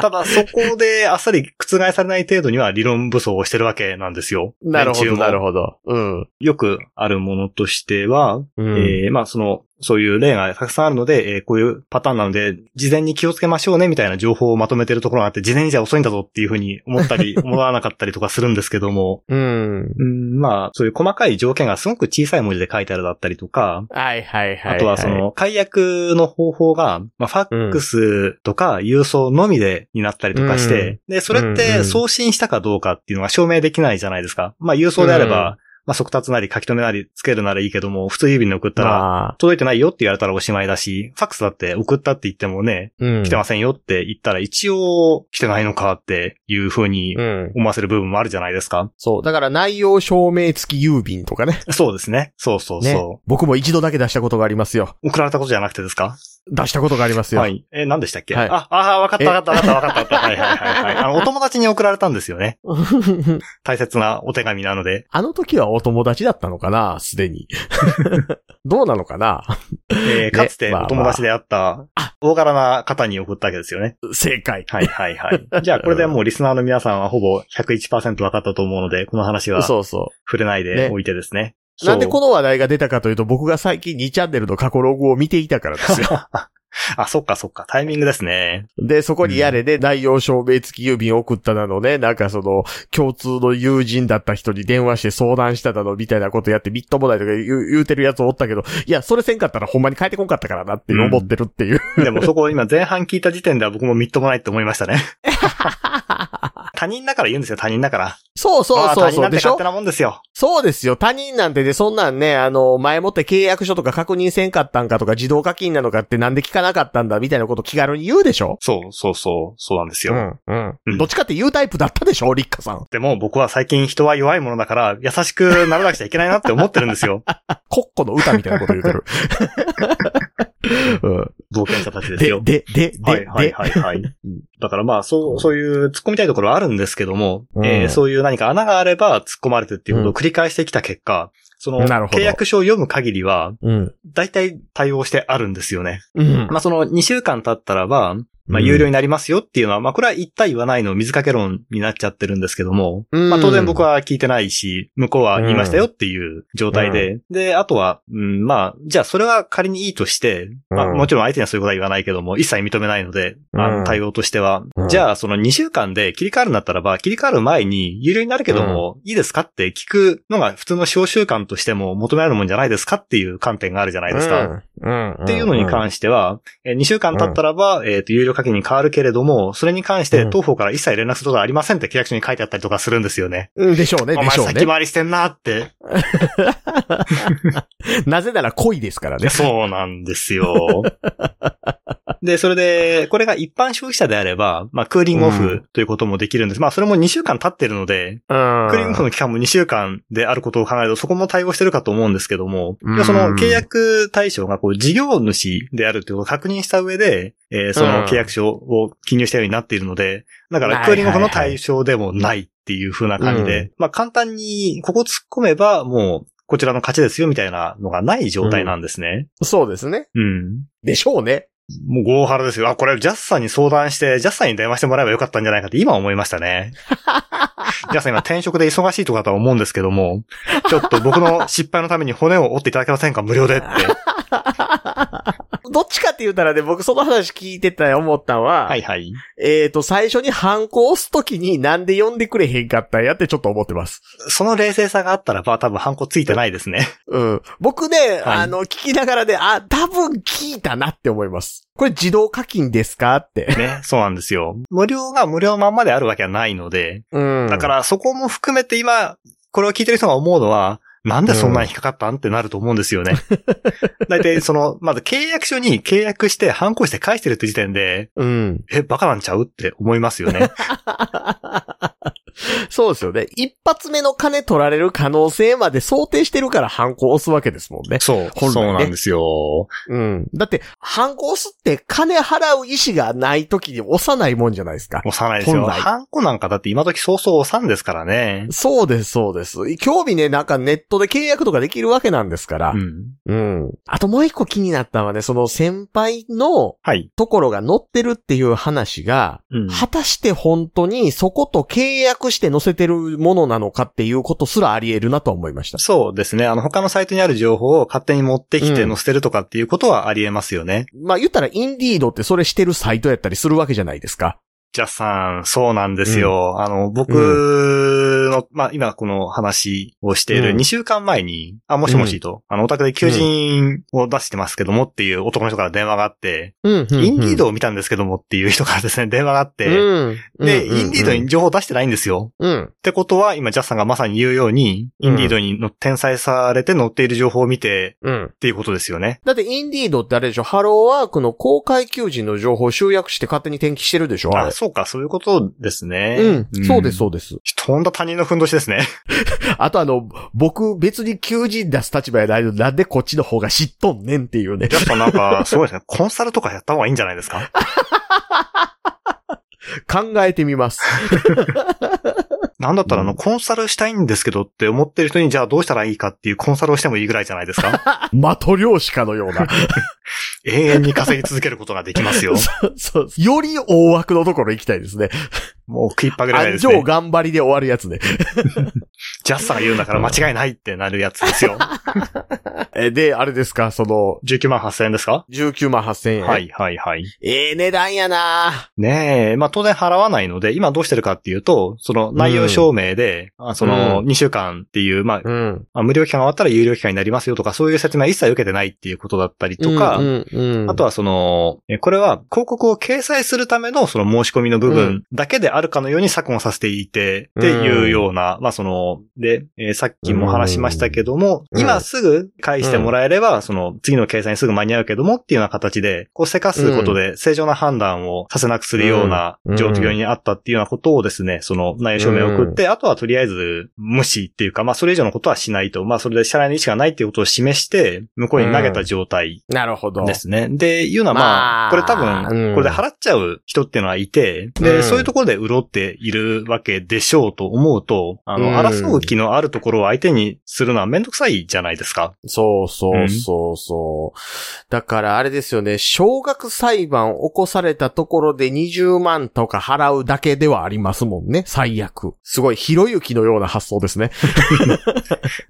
Speaker 4: ただそこであっさり覆されない程度には理論武装をしてるわけなんですよ。
Speaker 3: なるほ
Speaker 4: 連中
Speaker 3: ど、
Speaker 4: も
Speaker 3: なるほど。うん。
Speaker 4: よくあるものとしては、
Speaker 3: うん
Speaker 4: えーまあその、そういう例がたくさんあるので、えーこういうパターンなので、事前に気をつけましょうねみたいな情報をまとめてるところがあって、事前にじゃ遅いんだぞっていうふうに思った り、思わなかったりとかするんですけども、
Speaker 3: うん。
Speaker 4: うん、まあ、そういう細かい条件がすごく小さい文字で書いてあるだったりとか、
Speaker 3: はいはいはい。
Speaker 4: あとはそ、の、解約の方法が、まあ、ファックスとか郵送のみでになったりとかして、で、それっ
Speaker 3: うんう
Speaker 4: て
Speaker 3: ん
Speaker 4: 送信したかどうかっていうのが証明できないじゃないですか。まあ、郵送であれば、
Speaker 3: う
Speaker 4: まあ、速達なり書き留めなりつけるならいいけども、普通郵便で送ったら、
Speaker 3: まあ、
Speaker 4: 届いてないよって言われたらおしまいだし、ファックスだって送ったって言ってもね、
Speaker 3: うん
Speaker 4: 来てませんよって言ったら一応来てないのかっていうふうに
Speaker 3: うん。
Speaker 4: 思わせる部分もあるじゃないですか。
Speaker 3: そう。だから内容証明付き郵便とかね。
Speaker 4: そうですね。そうそうそう。
Speaker 3: ね。僕も一度だけ出したことがありますよ。
Speaker 4: 送られたことじゃなくてですか
Speaker 3: 出したことがありますよ。
Speaker 4: はい。え、何でしたっけ、
Speaker 3: はい
Speaker 4: あ、あー、わかったわかったわかったわかったわかった。はいはいはいはい。あの、お友達に送られたんですよね。大切なお手紙なので。
Speaker 3: あの時はお友達だったのかなすで に。どうなのかな
Speaker 4: えーかつて
Speaker 3: まあまあ
Speaker 4: お友達であった、大柄な方に送ったわけですよね。
Speaker 3: 正解。
Speaker 4: はいはいはい。 じゃあ、これでもうリスナーの皆さんはほぼ101%分かったと思うので、この話は触
Speaker 3: そうそ
Speaker 4: れないでおいてですね。
Speaker 3: う。なんでこ
Speaker 4: の、
Speaker 3: の話題が出たかというと、僕が最近2チャンネルの過去ログを見ていたからですよ。
Speaker 4: あ、そっかそっか、タイミングですね。
Speaker 3: で、そこにやれで内容証明付き郵便を送ったなのね、なんかその、共通の友人だった人に電話して相談しただの、みたいなことやってみっともないとか言う言うてるやつおったけど、いや、それせんかったらほんまに帰ってこんかったからなって思ってるっていう。
Speaker 4: でもそこ今前半聞いた時点では僕もみっともないって思いまし たね。他人だから言うんですよ、他人だから。
Speaker 3: そうそう
Speaker 4: あー
Speaker 3: そう
Speaker 4: 他人
Speaker 3: そ
Speaker 4: な
Speaker 3: う、
Speaker 4: んて
Speaker 3: でし
Speaker 4: 勝
Speaker 3: ょ
Speaker 4: 手なもんですよ。
Speaker 3: そうですよ。他人なんてね、そんなんね、あの、前もって契約書とか確認せんかったんかとか、自動課金なのかってなんで聞かなかったんだ、みたいなこと気軽に言うでしょ
Speaker 4: そうそうそう、そうなんです
Speaker 3: う
Speaker 4: よ。
Speaker 3: ん、うん、
Speaker 4: うん
Speaker 3: どっちかって言うタイプだったでしょ立花さん。
Speaker 4: でも僕は最近人は弱いものだから優しくならなくちゃいけないなって思ってるんで すよ。
Speaker 3: コッコの歌みたいなこと言うて る。うん
Speaker 4: 冒険者たちです
Speaker 3: で
Speaker 4: よ、。
Speaker 3: で、で、
Speaker 4: はい
Speaker 3: で、
Speaker 4: はい
Speaker 3: で、
Speaker 4: はい はい
Speaker 3: ん。
Speaker 4: だからまあ、そう、そういう突っ込みたいところはあるんですけども、
Speaker 3: うん
Speaker 4: えーそういう何か穴があれば突っ込まれてっていうことを繰り返してきた結果、その、
Speaker 3: なるほど
Speaker 4: 契約書を読む限りは、
Speaker 3: うん。
Speaker 4: 大体対応してあるんですよね。
Speaker 3: うん。
Speaker 4: まあその2週間経ったらば、まあ有料になりますよっていうのは、まあこれは言った言わないの水かけ論になっちゃってるんですけども、
Speaker 3: うん
Speaker 4: まあ当然僕は聞いてないし、向こうは言いましたよっていう状態で、で、あとは、うん、まあ、じゃあそれは仮にいいとして、まあ
Speaker 3: うん
Speaker 4: もちろん相手にはそういうことは言わないけども、一切認めないので、あの
Speaker 3: うん
Speaker 4: 対応としては、
Speaker 3: うん
Speaker 4: じゃあその2週間で切り替わるんだったらば、切り替わる前に有料になるけども、いいですかって聞くのが普通の小習慣としても求められるもんじゃないですかっていう観点があるじゃないですか。
Speaker 3: うん。うん。
Speaker 4: っていうのに関しては、えー2週間経ったらば、えっ、と、有料課金に変わるけれども、それに関して、
Speaker 3: うん
Speaker 4: 当方から一切連絡することはありませんって契約書に書いてあったりとかするんですよね。
Speaker 3: うんでしょうね、
Speaker 4: お
Speaker 3: で
Speaker 4: 前
Speaker 3: しょう
Speaker 4: 先
Speaker 3: ね。
Speaker 4: 回りしてんなって。
Speaker 3: なぜなら恋ですからね。
Speaker 4: そうなんですよ。 で、それで、これが一般消費者であれば、まあ、クーリングオ
Speaker 3: う
Speaker 4: フということもできるんです。まあ、それも2週間経ってるので、
Speaker 3: うん
Speaker 4: クーリングオフの期間も2週間であることを考えると、そこも対応してるかと思うんですけども、
Speaker 3: うん
Speaker 4: いやその契約対象がこう事業主であるということを確認した上で、えーその契約書を記入したようになっているので、だか
Speaker 3: は
Speaker 4: ら
Speaker 3: い
Speaker 4: クーリングオフの
Speaker 3: はいはい
Speaker 4: 対象でもないっていう風な感じで、
Speaker 3: う
Speaker 4: まあ簡単にここ突っ込めばもうこちらの勝ちですよみたいなのがない状態なんですね。
Speaker 3: そうですね。
Speaker 4: うん。
Speaker 3: でしょうね。
Speaker 4: もうゴーハラですよ。あ、これジャスさんに相談して、ジャスさんに電話してもらえばよかったんじゃないかって今思いましたね。ジャスさん今転職で忙しいとかとは思うんですけども、ちょっと僕の失敗のために骨を折っていただけませんか無料でって。
Speaker 3: どっちかって言ったらね、僕その話聞いてたよ、思ったんは、
Speaker 4: はいはい。
Speaker 3: えっと、最初に反抗押すときになんで呼んでくれへんかったんやってちょっと思ってます。
Speaker 4: その冷静さがあったらば多分ハンコついてないですね。
Speaker 3: うん。僕ね、
Speaker 4: はい
Speaker 3: あの、聞きながらね、あ、多分聞いたなって思います。これ自動課金ですかって。
Speaker 4: ね。そうなんですよ。無料が無料のまんまであるわけはないので、
Speaker 3: うん
Speaker 4: だからそこも含めて今、これを聞いてる人が思うのは、なんでそんなに引っかかったんってなると思うんですよ ね。大体その、まず契約書に契約して、反抗して返してるって時点で、
Speaker 3: うん。
Speaker 4: え、バカなんちゃうって思いますよね。
Speaker 3: そうですよね。一発目の金取られる可能性まで想定してるから犯行を押すわけですもんね。
Speaker 4: そう
Speaker 3: 本来ね
Speaker 4: そうなんですよ。
Speaker 3: うん。だって、犯行を押すって金払う意思がない時に押さないもんじゃないですか。
Speaker 4: 押さないですよ。
Speaker 3: 本来
Speaker 4: ハンコなんかだって今時そうそう押さんですからね。
Speaker 3: そうです、そうです。興味ね、なんかネットで契約とかできるわけなんですから。
Speaker 4: うん。
Speaker 3: うん。あともう一個気になったのはね、その先輩の
Speaker 4: はい。
Speaker 3: ところが載ってるっていう話が、
Speaker 4: うん
Speaker 3: 果たして本当にそこと契約して載せてるものなのかっていうことすらあり得るなとは思いました。
Speaker 4: そうですね。あの、他のサイトにある情報を勝手に持ってきて載せてるとかっていうことはあり得ますよね。
Speaker 3: まあ言ったらインディードってそれしてるサイトやったりするわけじゃないですか。
Speaker 4: ジャスさん、そうなんですよ。あの、僕の、まあ、今この話をしている
Speaker 3: うん
Speaker 4: 2週間前に、あ、もしもしと、あの、お宅で求人を出してますけどもっていう男の人から電話があって、
Speaker 3: うん。
Speaker 4: インディー
Speaker 3: ド
Speaker 4: ドを見たんですけどもっていう人からですね、電話があって、
Speaker 3: うん。
Speaker 4: で、
Speaker 3: うん
Speaker 4: インディードに、情報出してないんですよ。
Speaker 3: うん。
Speaker 4: ってことは、今、ジャスさんがまさに言うように、
Speaker 3: うん
Speaker 4: インディードにの転載されて載っている情報を見て
Speaker 3: うん。
Speaker 4: っていうことですよね。
Speaker 3: だってインディードってあれでしょハローワークの公開求人の情報を集約して勝手に転記してるでしょあ
Speaker 4: あ
Speaker 3: れ。
Speaker 4: そうか、そういうことですね。
Speaker 3: うん。そうです、そうです。
Speaker 4: とんだ他人のふんどしですね。
Speaker 3: あとあの、僕別に求人出す立場やないのになんでこっちの方が知っとんねんっていうね。
Speaker 4: やっぱなんか、すごいですね。コンサルとかやった方がいいんじゃないですか
Speaker 3: 考えてみます。
Speaker 4: なんだったらあ
Speaker 3: う
Speaker 4: の、コンサルしたいんですけどって思ってる人に、じゃあどうしたらいいかっていうコンサルをしてもいいぐらいじゃないですか
Speaker 3: マトリョーシカのような。
Speaker 4: 永遠に稼ぎ続けることができますよ。
Speaker 3: そう。より大枠のところ行きたいですね。
Speaker 4: もう食いっぱぐら
Speaker 3: 安
Speaker 4: いです
Speaker 3: 上
Speaker 4: ね。
Speaker 3: 頑張りで終わるやつね。
Speaker 4: ジャスさんが言うんだから間違いないってなるやつです よ。
Speaker 3: えで、あれですか、その、
Speaker 4: 19万8000円ですか
Speaker 3: 19万8000円。
Speaker 4: はい、はい、はい。
Speaker 3: ええ値段やな
Speaker 4: ねえ、まあ当然払わないので、今どうしてるかっていうと、その内容証明で、あその
Speaker 3: うん
Speaker 4: 2週間っていう、まあ
Speaker 3: うん。
Speaker 4: まあ、無料期間が終わったら有料期間になりますよとか、そういう説明は一切受けてないっていうことだったりとか、
Speaker 3: うんうんうん
Speaker 4: あとはその、えこれは広告を掲載するためのその申し込みの部分だけであるかのように作音させていて、っていうような、まあその、で、えーさっきも話しましたけども、
Speaker 3: うん
Speaker 4: 今すぐ返してもらえれば、その次の掲載にすぐ間に合うけどもっていうような形で、こうせかすことで正常な判断をさせなくするような
Speaker 3: うん
Speaker 4: 状況にあったっていうようなことをですね、その内容証明を送って、あとはとりあえず無視っていうか、まあそれ以上のことはしないと、まあそれで支払いの意思がないっていうことを示して、向こうに投げた状態
Speaker 3: なるほど。
Speaker 4: ですね。で、いうのはまあ、
Speaker 3: まあ
Speaker 4: これ多分、
Speaker 3: うん
Speaker 4: これで払っちゃう人っていうのはいて、で、
Speaker 3: うん
Speaker 4: そういうところで潤っているわけでしょうと思うと、あの、
Speaker 3: うん
Speaker 4: 争う気のあるところを相手にするのはめんどくさいじゃないですか。
Speaker 3: そうそうそうそう。だからあれですよね、小学裁判起こされたところで20万とか払うだけではありますもんね、最悪。すごい、ひろゆきのような発想ですね。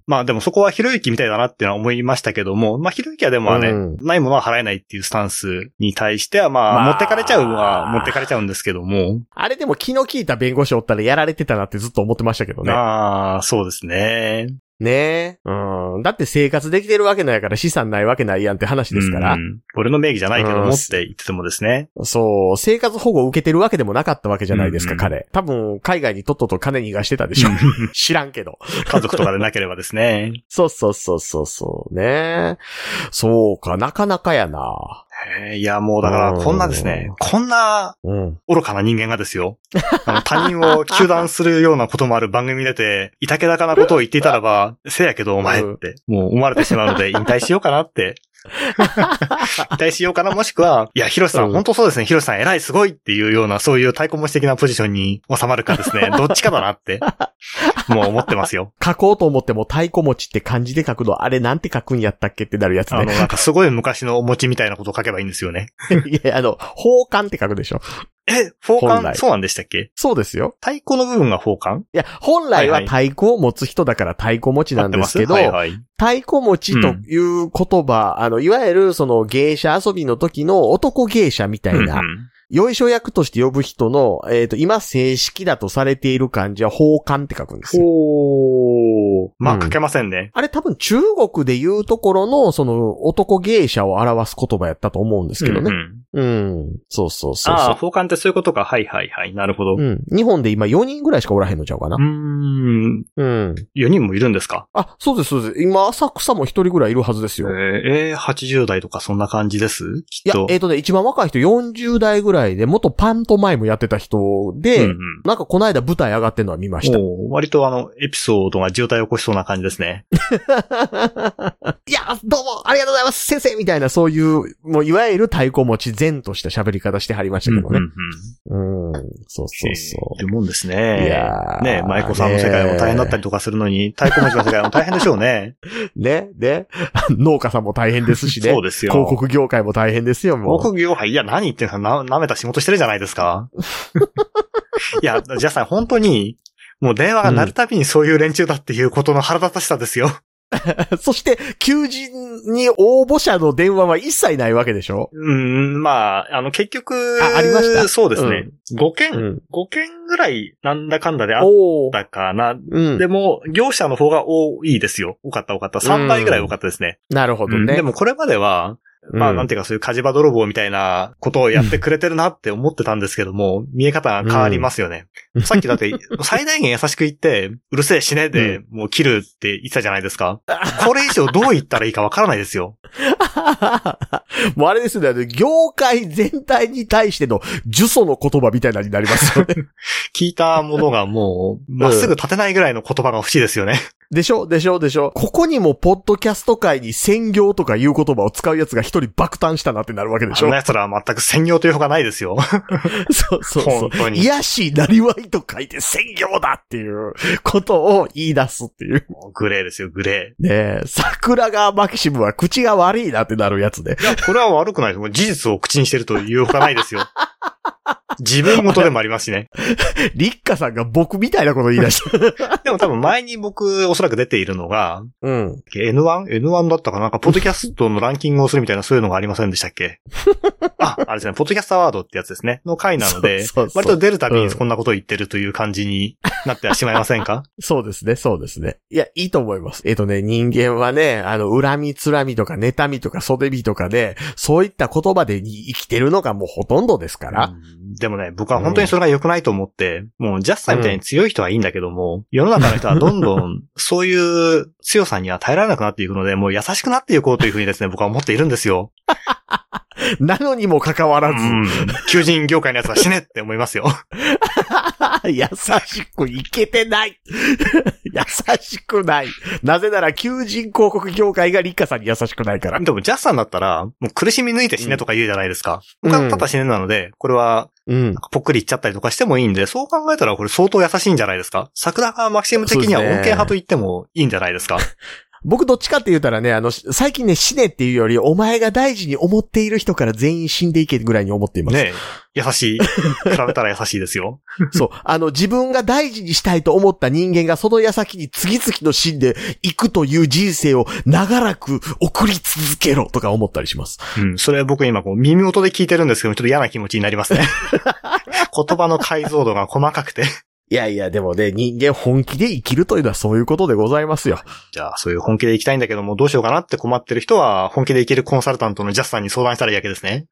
Speaker 4: まあでもそこはひろゆきみたいだなっていうのは思いましたけども、まあひろゆきはでもね、
Speaker 3: うん
Speaker 4: ないものは払えないっていうスタンスに対しては、まあ、
Speaker 3: まあ
Speaker 4: 持ってかれちゃうは持ってかれちゃうんですけども、
Speaker 3: あれでも気の利いた弁護士おったらやられてたなってずっと思ってましたけどね。
Speaker 4: ああ、そうですね。
Speaker 3: ねえ。うん。だって生活できてるわけないから資産ないわけないやんって話ですから
Speaker 4: う。ん俺の名義じゃないけど
Speaker 3: うん
Speaker 4: もって言っててもですね。
Speaker 3: そう、生活保護を受けてるわけでもなかったわけじゃないですか、
Speaker 4: うん
Speaker 3: 彼。多分、海外にとっとと金逃がしてたでしょ。知らんけど。
Speaker 4: 家族とかでなければですね。
Speaker 3: そうそうそうそうそうね。そうか、なかなかやな。
Speaker 4: えーいや、もうだから、
Speaker 3: うん
Speaker 4: こんなですね、こんな
Speaker 3: うん。
Speaker 4: 愚かな人間がですよ。あの、他人を糾弾するようなこともある番組に出て、いたけだかなことを言っていたらば、せやけどお前って、もう思われてしまうので、引退しようかなって。引退しようかな、もしくは、いや、ヒロシさ
Speaker 3: うん
Speaker 4: ん、本当そうですね、ヒロシさん偉いすごいっていうような、そういう太鼓持ち的なポジションに収まるか ですね、どっちかだなって、もう思ってますよ。
Speaker 3: 書こうと思っても太鼓持ちって漢字で書くの、あれなんて書くんやったっけってなるやつ
Speaker 4: あの、
Speaker 3: ね。
Speaker 4: なんかすごい昔のお餅みたいなことを書けばいいんですよね。
Speaker 3: いや、あの、奉還って書くでしょ。
Speaker 4: え、奉
Speaker 3: 本
Speaker 4: 還
Speaker 3: 来
Speaker 4: そうなんでしたっけ
Speaker 3: そうですよ。
Speaker 4: 太鼓の部分が奉還
Speaker 3: いや、本来は
Speaker 4: はい
Speaker 3: 太鼓を持つ人だから太鼓持ちなんですけど、
Speaker 4: 合ってますはいはい
Speaker 3: 太鼓持ちという言葉、あの、いわゆるその芸者遊びの時の男芸者みたいな
Speaker 4: う、ん
Speaker 3: よいしょ役として呼ぶ人の、えっ、と、今正式だとされている漢字は奉還って書くんですよ。
Speaker 4: ほー。ま
Speaker 3: う
Speaker 4: あ、
Speaker 3: ん
Speaker 4: 書けませんね。
Speaker 3: あれ多分中国で言うところの、その男芸者を表す言葉やったと思うんですけど
Speaker 4: うんう
Speaker 3: ね。う
Speaker 4: ん
Speaker 3: ん、そうそうそう
Speaker 4: ああ、
Speaker 3: そ
Speaker 4: 奉還ってそういうことか。はいはいはい。なるほ
Speaker 3: う。
Speaker 4: ど。
Speaker 3: うん。日本で今4人ぐらいしかおらへんのちゃうかな
Speaker 4: う。ん。
Speaker 3: うん。
Speaker 4: 4人もいるんですか
Speaker 3: あ、そうです、そうです。今、浅草も1人ぐらいいるはずです
Speaker 4: えー
Speaker 3: よ。
Speaker 4: えー、80代とかそんな感じです
Speaker 3: い
Speaker 4: きっ
Speaker 3: や
Speaker 4: と。、
Speaker 3: えっ、とね、一番若い人40代ぐらいで、元パントマイムやってた人で、
Speaker 4: うんうん
Speaker 3: なんかこの間舞台上がってんのは見ました。
Speaker 4: おー割とあの、エピソードが渋滞を起こしそうな感じですね。
Speaker 3: いや、どうも、ありがとうございます、先生みたいな、そういう、もういわゆる太鼓持ち善とした喋り方してはりましたけど
Speaker 4: うんうん
Speaker 3: ね。
Speaker 4: うん
Speaker 3: うん、そうそうそ
Speaker 4: えーいうもんです
Speaker 3: う。
Speaker 4: ね。
Speaker 3: いやー
Speaker 4: ねえ、舞妓さんの世界も大変だったりとかするのに、太鼓持ちの世界も大変でしょうね。
Speaker 3: ね、 で、農家さんも大変ですしね。
Speaker 4: そうですよ。
Speaker 3: 広告業界も大変ですよ、もう。
Speaker 4: 木業界、いや、何言ってんのな、舐めた仕事してるじゃないです か。いや、じゃあさん、本当に、もう電話が鳴るたびにそういう連中だっていうことの腹立たしさですよ。
Speaker 3: そして、求人に応募者の電話は一切ないわけでしょ
Speaker 4: うん、まあ、あの、結局、
Speaker 3: あありました
Speaker 4: そうですね。5件、
Speaker 3: ん。
Speaker 4: 5件ぐらい、なんだかんだであっ
Speaker 3: おー
Speaker 4: たかな。
Speaker 3: うん。
Speaker 4: でも、業者の方が多いですよ。多かった多かった。3倍ぐらい多かったですね。
Speaker 3: なるほどね。
Speaker 4: でもこれまでは、まあ
Speaker 3: うん
Speaker 4: なんていうかそういう火事場泥棒みたいなことをやってくれてるなって思ってたんですけども、見え方が変わりますよね。さっきだ って最大限優しく言って、うるせえ死ねで、もう切るって言ってたじゃないですか。これ以上どう言ったらいいかわからないで すよ。
Speaker 3: もうあれですね、あの業界全体に対しての呪詛の言葉みたいなになりますよね。
Speaker 4: 聞いたものがもう、まっすぐ立てないぐらいの言葉が欲しいですよね。
Speaker 3: でしょでしょでしょここにもポッドキャスト界に専業とかいう言葉を使うやつが一人爆誕したなってなるわけでし
Speaker 4: そん
Speaker 3: ょ
Speaker 4: な奴らは全く専業というほかないですよ。
Speaker 3: そうそうそう
Speaker 4: 本。当に。
Speaker 3: 癒し、なりわいと書いて専業だっていうことを言い出すっていう。
Speaker 4: もうグレーですよ、グレ
Speaker 3: ねえ、桜川マキシムは口が悪いなってなるやつね
Speaker 4: ー。。いや、これは悪くないです。もう事実を口にしてるというほかな いですよ。自分事でもありますしね。
Speaker 3: 立花さんが僕みたいなこと言い出した。
Speaker 4: でも多分前に僕、おそらく出ているのが、
Speaker 3: うん。
Speaker 4: N1?N1 だったかななんか、ポッドキャストのランキングをするみたいな、そういうのがありませんでしたっ けあ、あれですね、ポッドキャストアワードってやつですね。の回なの で、
Speaker 3: そうそうそう
Speaker 4: 割と出るたび
Speaker 3: うん
Speaker 4: にこんなことを言ってるという感じになってはしまいませんか
Speaker 3: そうですね、そうですね。いや、いいと思います。えっとね、人間はね、あの、恨み、つらみとか、妬みとか、袖みとかで、そういった言葉で生きてるのがもうほとんどですから。
Speaker 4: うんでもね、僕は本当にそれが良くないと思って、もうジャスさんみたいに強い人はいいんだけども、世の中の人はどんどんそういう強さには耐えられなくなっていくので、もう優しくなっていこうというふうにですね、僕は思っているんですよ。
Speaker 3: なのにもかかわら
Speaker 4: う
Speaker 3: ず、
Speaker 4: ん。求人業界のやつは死ねって思いますよ。
Speaker 3: 優しくいけてない 優しくないなぜなら、求人広告業界が立花さんに優しくないから。
Speaker 4: でも、ジャスさんだったら、もう苦しみ抜いて死ねとか言うじゃないですか。
Speaker 3: うん
Speaker 4: 僕はただ死ねなので、これは、
Speaker 3: うん。
Speaker 4: ぽっくりいっちゃったりとかしてもいいんで、そう考えたらこれ相当優しいんじゃないですか桜川マキシム的には
Speaker 3: そう
Speaker 4: 恩
Speaker 3: ですね
Speaker 4: 恵派と言ってもいいんじゃないですか
Speaker 3: 僕どっちかって言ったらね、あの、最近ね、死ねっていうより、お前が大事に思っている人から全員死んでいけぐらいに思っています。
Speaker 4: ねえ優しい。比べたら優しいですよ。
Speaker 3: そう。あの、自分が大事にしたいと思った人間がその矢先に次々と死んでいくという人生を長らく送り続けろとか思ったりします。
Speaker 4: うん。それは僕今こう耳元で聞いてるんですけど、ちょっと嫌な気持ちにな りますね。言葉の解像度が細かくて。
Speaker 3: いやいや、でもね、人間本気で生きるというのはそういうことでございますよ。
Speaker 4: じゃあ、そういう本気で行きたいんだけども、どうしようかなって困ってる人は、本気で行けるコンサルタントのジャスさんに相談したらいいわけですね。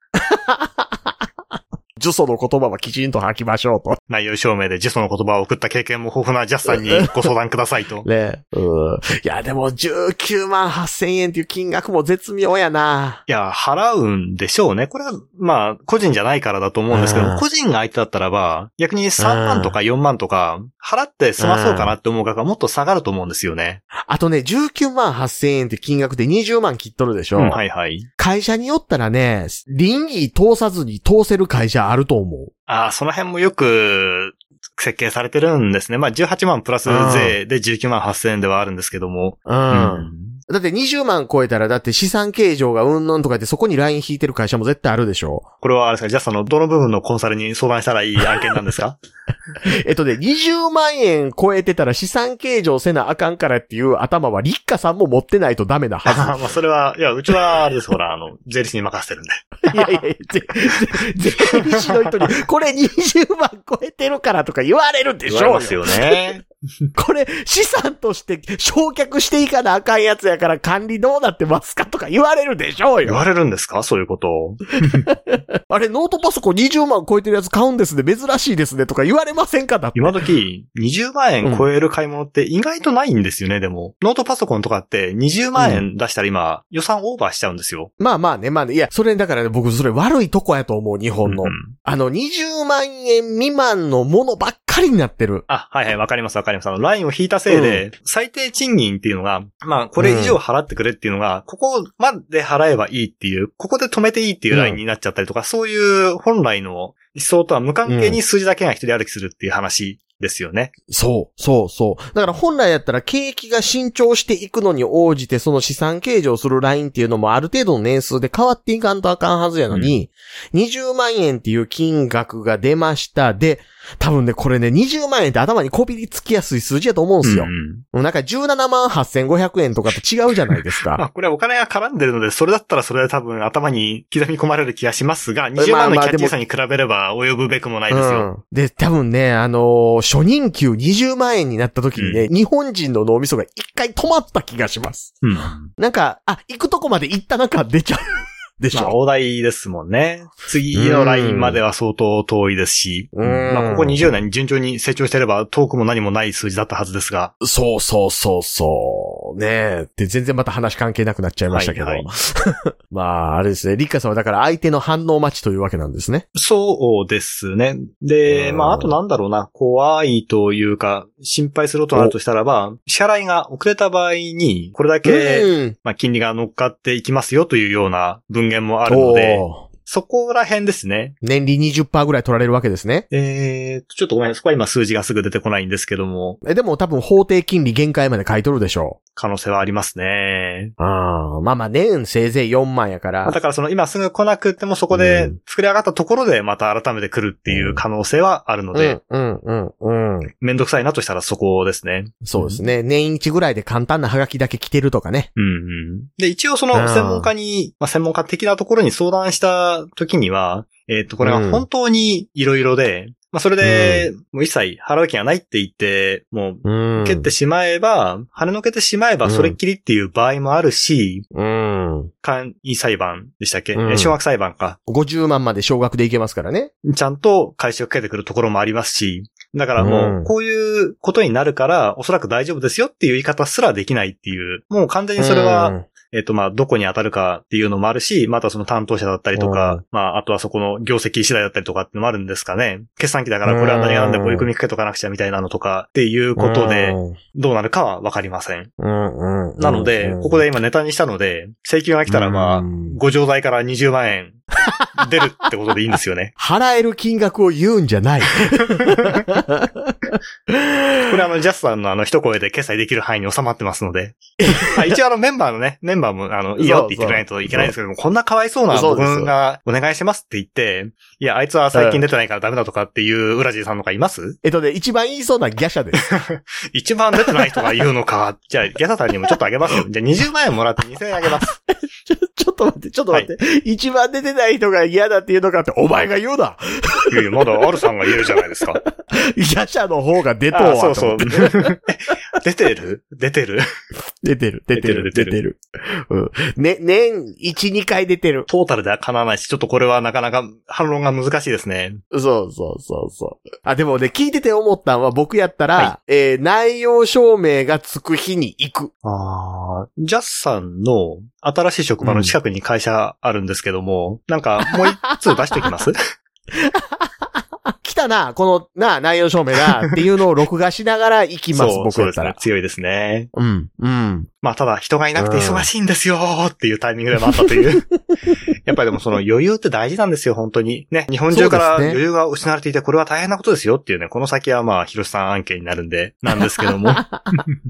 Speaker 3: 呪詛の言葉はきちんと吐きましょうと。。
Speaker 4: 内容証明でジェソの言葉を送った経験も豊富なジャスさんにご相談ください と
Speaker 3: ね。うん。いや、でも19万8000円っていう金額も絶妙やない
Speaker 4: や、払うんでしょうね。これは、まあ、個人じゃないからだと思うんですけ
Speaker 3: うん
Speaker 4: ど、個人が相手だったらば、逆に3万とか4万とか、払って済まそうかなって思う額がもっと下がると思うんですよね。
Speaker 3: あとね、19万8000円って金額で20万切っとるでしょ、
Speaker 4: うんはいはい。
Speaker 3: 会社によったらね、倫理通さずに通せる会社あると思う。
Speaker 4: ああ、その辺もよく、設計されてるんですね。まあ、18万プラス税で19万8000円ではあるんですけども。
Speaker 3: うんだって20万超えたら、だって資産形状がうんぬんとか言ってそこにライン引いてる会社も絶対あるでしょ。
Speaker 4: これはあれですか、ジャスさんのどの部分のコンサルに相談したらいい案件なんですか
Speaker 3: えっとね、20万円超えてたら資産形状せなあかんからっていう頭は立花さんも持ってないとダメなは
Speaker 4: ああ、 まあ、それは、いや、うちは、あれです、ほら、あの、税理士に任せてるんで。
Speaker 3: ず。いやいやいや、ぜぜ税理士の人に、これ20万超えてるからとか言われるでし
Speaker 4: 言わ
Speaker 3: ょ
Speaker 4: れます よね。
Speaker 3: これ資産として焼却していかなあかんやつやから管理どうなってますかとか言われるでしょう
Speaker 4: 言
Speaker 3: よ。
Speaker 4: われるんですかそういうことを。
Speaker 3: あれ、ノートパソコン20万超えてるやつ買うんですね、珍しいですねとか言われませんかだって。
Speaker 4: 今時、20万円超える買い物って意外とないんですよね、でも。ノートパソコンとかって20万円出したら今、予算オーバーしちゃうんですよ。
Speaker 3: まあまあね、まあね。いや、それだからね、僕それ悪いとこやと思う、日本の。
Speaker 4: うん
Speaker 3: あの、20万円未満のものばっかりになってる。
Speaker 4: あ、はいはい、わかりますわかります。あの、ラインを引いたせいで、最低賃金っていうのが、まあ、これ以上払ってくれっていうのが、ここまで払えばいいっていう、ここで止めていいっていうラインになっちゃったりとか、そういう本来の思想とは無関係に数字だけが一人歩きするっていう話ですよね。
Speaker 3: そう、そう、そう。だから本来やったら景気が伸長していくのに応じてその資産計上するラインっていうのもある程度の年数で変わっていかんとあかんはずやのに、20万円っていう金額が出ました。で、多分ね、これね、20万円って頭にこびりつきやすい数字やと思うんですよ。
Speaker 4: ん
Speaker 3: なんか17万8500円とかと違うじゃないです か。
Speaker 4: まあ、これはお金が絡んでるので、それだったらそれは多分頭に刻み込まれる気がしますが、20
Speaker 3: まあ
Speaker 4: 万
Speaker 3: ま
Speaker 4: の
Speaker 3: あ
Speaker 4: キャッチーさに比べれば及ぶべくもないです
Speaker 3: う
Speaker 4: よ。
Speaker 3: ん、で、多分ね、あのー初任給20万円になった時にね、日本人の脳みそが一回止まった気がします。
Speaker 4: うん。
Speaker 3: なんか、あ、行くとこまで行った中出ちゃう。でし
Speaker 4: まあ、
Speaker 3: ょ。
Speaker 4: 大台ですもんね。次のラインまでは相当遠いですし、
Speaker 3: うん
Speaker 4: まあ、ここ20年順調に成長してれば、遠くも何もない数字だったはずですが、
Speaker 3: そうそうそうそう。ねえ。で、全然また話関係なくなっちゃいましたけど。
Speaker 4: はいはい
Speaker 3: まあ、あれですね。リッカさんはだから相手の反応待ちというわけなんですね。
Speaker 4: そうですね。で、
Speaker 3: うん
Speaker 4: まあ、あとなんだろうな、怖いというか、心配することになるとしたらば、支払いが遅れた場合に、これだけ、
Speaker 3: うん。
Speaker 4: まあ、金利が乗っかっていきますよというような文言もあるので、
Speaker 3: おー
Speaker 4: そこら辺ですね。
Speaker 3: 年利20%ぐらい取られるわけですね。
Speaker 4: えーと、ちょっとごめん、そこは今数字がすぐ出てこないんですけども、
Speaker 3: え、でも多分法定金利限界まで書いとるでしょ
Speaker 4: 可能性はありますね。
Speaker 3: う。ああ、まあまあ年せいぜい4万やから。
Speaker 4: まあだからその今すぐ来なくてもそこ
Speaker 3: う
Speaker 4: で
Speaker 3: ん
Speaker 4: 作り上がったところでまた改めて来るっていう可能性はあるので、
Speaker 3: うん、うん、うん、うん。
Speaker 4: めんどくさいなとしたらそこですね。
Speaker 3: そうですね。年一ぐらいで簡単なハガキだけ来てるとかね。
Speaker 4: うんうん。で、一応その
Speaker 3: うん
Speaker 4: 専門家に、まあ、専門家的なところに相談した時には、えっ、と、これ
Speaker 3: うん
Speaker 4: は本当にいろいろで、まあ、それで、もう一切払う気がないって言って、も
Speaker 3: うん
Speaker 4: う、蹴ってしまえば、跳ねのけてしまえ
Speaker 3: う
Speaker 4: ば、
Speaker 3: ん
Speaker 4: それっきりっていう場合もあるし、
Speaker 3: うん。
Speaker 4: 簡易裁判でしたっけ、
Speaker 3: うん
Speaker 4: え小学裁判か。
Speaker 3: 50万まで少額でいけますからね。
Speaker 4: ちゃんと回収をかけてくるところもありますし、だから
Speaker 3: う
Speaker 4: も
Speaker 3: ん
Speaker 4: う、こういうことになるから、おそらく大丈夫ですよっていう言い方すらできないっていう、もう完全にそれは、
Speaker 3: うん、
Speaker 4: えっと、まあ、どこに当たるかっていうのもあるし、またその担当者だったりと
Speaker 3: う
Speaker 4: か、まあ、あとはそこの業績次第だったりとかってのもあるんですかね。決算期だからこれは何がなんで
Speaker 3: うん
Speaker 4: こういう組みかけとかなくちゃみたいなのとかっていうことで、どうなるかはわかりません。
Speaker 3: うん、うん、うん。
Speaker 4: なので、ここで今ネタにしたので、請求が来たらまあ
Speaker 3: う、ん
Speaker 4: ご錠代から20万円出るってことでいいんですよね。
Speaker 3: 払える金額を言うんじゃない。
Speaker 4: これあの、ジャスさんのあの、一声で決済できる範囲に収まってますので。 まあ一応あの、メンバーのね、メンバーもあの、いいよって言ってくれないといけないんですけども、こんなかわいそうな
Speaker 3: そう
Speaker 4: 僕
Speaker 3: です
Speaker 4: がお願いしますって言って、いや、あいつは最近出てないからダメだとかっていうウラジーさんとかいます
Speaker 3: えっとね、一番言いそうなギャシャです。
Speaker 4: 一番出てない人が言うのか。 じゃあ、ギャサさんにもちょっとあげますよ。じゃあ20万円もらって2000円あげます。
Speaker 3: ちょっと待って、ちょっと待って。一番出てない人が嫌だっていうのかって、お前が言う な。
Speaker 4: いやいや、まだアルさんが言うじゃないですか。
Speaker 3: ギャシャの方 が出とう
Speaker 4: あ
Speaker 3: わ。
Speaker 4: そう
Speaker 3: と
Speaker 4: そ
Speaker 3: 思
Speaker 4: う
Speaker 3: って。
Speaker 4: 出てる出てる
Speaker 3: 出てる、出てる、出
Speaker 4: 出
Speaker 3: て
Speaker 4: て
Speaker 3: る。うん。ね、年1、2回出てる。
Speaker 4: トータルではかなわないし、ちょっとこれはなかなか反論が難しいですね。
Speaker 3: そうそうそうそう。あ、でもね、聞いてて思ったんは、僕やったら、
Speaker 4: は
Speaker 3: えー内容証明がつく日に行く。
Speaker 4: ああ、ジャスさんの新しい職場の近くに会社あるんですけども、なんかもう一通出してきます
Speaker 3: あ、来たな、この、な、内容証明だ、っていうのを録画しながら行きます、
Speaker 4: そう
Speaker 3: 僕
Speaker 4: そう
Speaker 3: やっ
Speaker 4: です
Speaker 3: た
Speaker 4: ね
Speaker 3: ら。。
Speaker 4: 強いですね。
Speaker 3: うん、うん。
Speaker 4: まあただ人がいなくて忙しいんですよーっていうタイミングでもあったという。 やっぱりでもその余裕って大事なんですよ、本当に。ね、日本中か
Speaker 3: そ
Speaker 4: ら
Speaker 3: うですね
Speaker 4: 余裕が失われていてこれは大変なことですよっていうね、この先はまあ、広瀬さん案件になるんで、なんですけど も。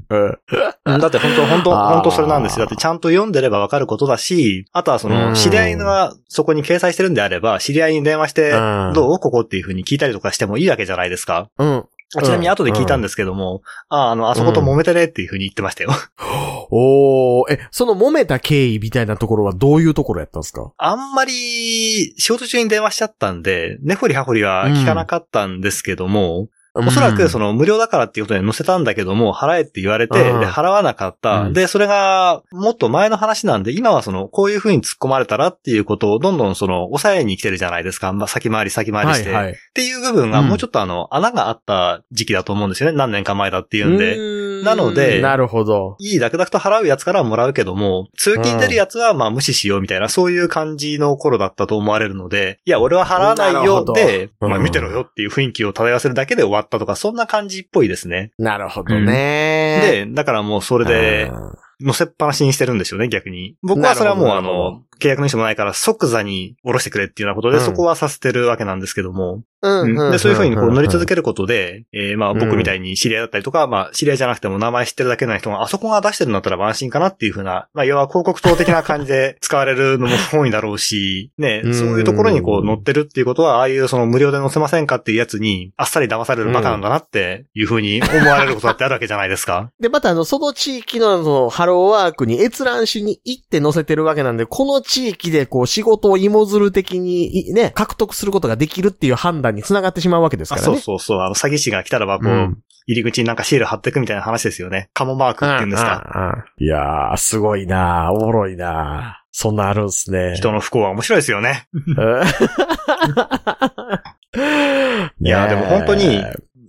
Speaker 3: うん
Speaker 4: うんだって本当、本当、
Speaker 3: あー
Speaker 4: 本当それなんですよ。だってちゃんと読んでればわかることだし、あとはそ
Speaker 3: うん
Speaker 4: の、知り合いがそこに掲載してるんであれば、知り合いに電話して
Speaker 3: うん、
Speaker 4: どうここっていう風に聞いたりとかしてもいいわけじゃないですか。
Speaker 3: うん。
Speaker 4: あちなみに後で聞いたんですけども、あ、あの、あそこと揉めてねっていう風に言ってましたよ。
Speaker 3: おー、え、その揉めた経緯みたいなところはどういうところやったんですか
Speaker 4: あんまり、仕事中に電話しちゃったんで、根掘り葉掘りは聞かなかったんですけども、おそらくそ
Speaker 3: の、
Speaker 4: の無料だからっていうことで載せたんだけども、払えって言われて、
Speaker 3: うん
Speaker 4: で、払わなかった。
Speaker 3: うん
Speaker 4: で、それが、もっと前の話なんで、今はその、こういう風に突っ込まれたらっていうことを、どんどんその、抑えに来てるじゃないですか。まあ、先回り先回り
Speaker 3: は
Speaker 4: し
Speaker 3: い
Speaker 4: て。
Speaker 3: はい。
Speaker 4: っていう部分が、もうちょっとあの、穴があった時期だと思うんですよね。何年か前だっていうんで。
Speaker 3: で
Speaker 4: なので
Speaker 3: なるほど。
Speaker 4: いいダクダクと払うやつからはもらうけども、通勤出るやつはまあ無視しようみたいな、そういう感じの頃だったと思われるので、いや、俺は払わないよ
Speaker 3: な
Speaker 4: で
Speaker 3: る、ほど
Speaker 4: まあ
Speaker 3: うん
Speaker 4: 見てろよっていう雰囲気を漂わせるだけで終わったとか、そんな感じっぽいですね。
Speaker 3: なるほどね。
Speaker 4: で、だからもうそれで
Speaker 3: う、ん
Speaker 4: 乗せっぱなしにしてるんですよね、逆に。僕はそれはもう
Speaker 3: なる
Speaker 4: あ
Speaker 3: ほど
Speaker 4: の、契約の人もないから即座に下ろしてくれっていうようなことで、
Speaker 3: うん
Speaker 4: そこはさせてるわけなんですけども。
Speaker 3: う
Speaker 4: うんで、そういうふうにこう乗り続
Speaker 3: け
Speaker 4: けることで、えーまあ僕みたいに知り合いだったりとか、まあ知り合いじゃなくても名前知ってるだけの人が、あそこが出してるんだったら安心かなっていうふうな、まあ要は広告塔的な感じで使われるのも本意だろうし、ね
Speaker 3: う、ん
Speaker 4: そういうところにこう乗ってるっていうことは、ああいうその無料で載せませんかっていうやつに、あっさり騙されるバカなんだなっていうふうに思われることだってあるわけじゃないですか。
Speaker 3: で、またあの、その地域のあの、ハローワークに閲覧しに行って載せてるわけなんで、この地域でこう仕事を芋づる的にいね、獲得することができるっていう判断につながってしまうわけです
Speaker 4: あ
Speaker 3: からね。
Speaker 4: そうそうそう。あの、詐欺師が来たらば、こう、
Speaker 3: うん
Speaker 4: 入り口になんかシール貼ってくみたいな話ですよね。カモマークっていうんですか。
Speaker 3: うんうんうんいやー、すごいなーおもろいなーそんなあるんすね。
Speaker 4: 人の不幸は面白いですよね。
Speaker 3: い
Speaker 4: いや、でも本当に、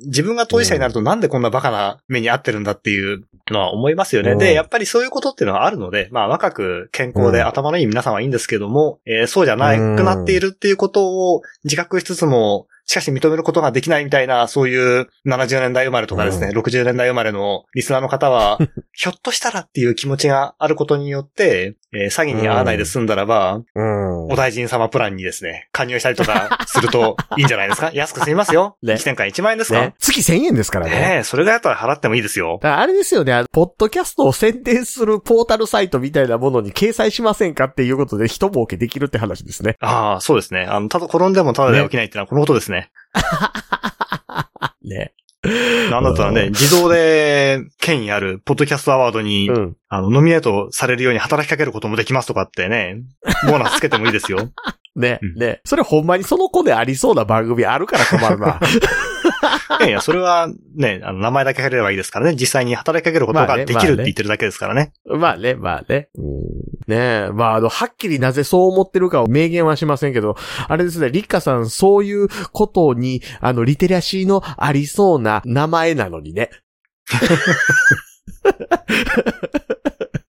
Speaker 4: 自分が当事者になるとなんでこんなバカな目に遭ってるんだっていうのは思いますよね。
Speaker 3: うん
Speaker 4: で、やっぱりそういうことっていうのはあるので、まあ若く健康
Speaker 3: う
Speaker 4: で
Speaker 3: ん
Speaker 4: 頭のいい皆さんはいいんですけども、えーそうじゃなくなっているっていうことを自覚しつつも、しかし認めることができないみたいな、そういう70年代生まれとかですね、
Speaker 3: う
Speaker 4: 60年代生まれのリスナーの 方は、ひょっとしたらっていう気持ちがあることによって、えー詐欺に遭わないで済んだらば、
Speaker 3: うん
Speaker 4: お。大臣様プランにですね、加入したりとかするといいんじゃないで すか安く済みますよ。
Speaker 3: ね
Speaker 4: 1年間1万円ですか、
Speaker 3: ね、月1000円ですからね。
Speaker 4: ねえ、それがやったら払ってもいいですよ。
Speaker 3: だからあれですよね、あのポッドキャストを宣伝するポータルサイトみたいなものに掲載しませんかっていうことで一儲けできるって話ですね。
Speaker 4: ああ、そうですね。あの、ただ転んでもただで起きないってのはこのことですね。
Speaker 3: ね。
Speaker 4: なんだったら
Speaker 3: う
Speaker 4: ね、
Speaker 3: ん
Speaker 4: 自動で権威あるポッドキャストアワードに、
Speaker 3: うん。
Speaker 4: あの、ノミネートされるように働きかけることもできますとかってね、ボーナスつけてもいいですよ。
Speaker 3: ね
Speaker 4: うん、
Speaker 3: ね。それほんまにその子でありそうな番組あるから困る な。
Speaker 4: い やいや、それはね、あの、名前だけ入れればいいですからね、実際に働きかけること
Speaker 3: まあね
Speaker 4: ができ
Speaker 3: まあ
Speaker 4: る
Speaker 3: ね
Speaker 4: って言ってるだけですからね。
Speaker 3: まあね、まあね。ねえ、まああの、はっきりなぜそう思ってるかを明言はしませんけど、あれですね、リッカさん、そういうことに、あの、リテラシーのありそうな名前なのにね。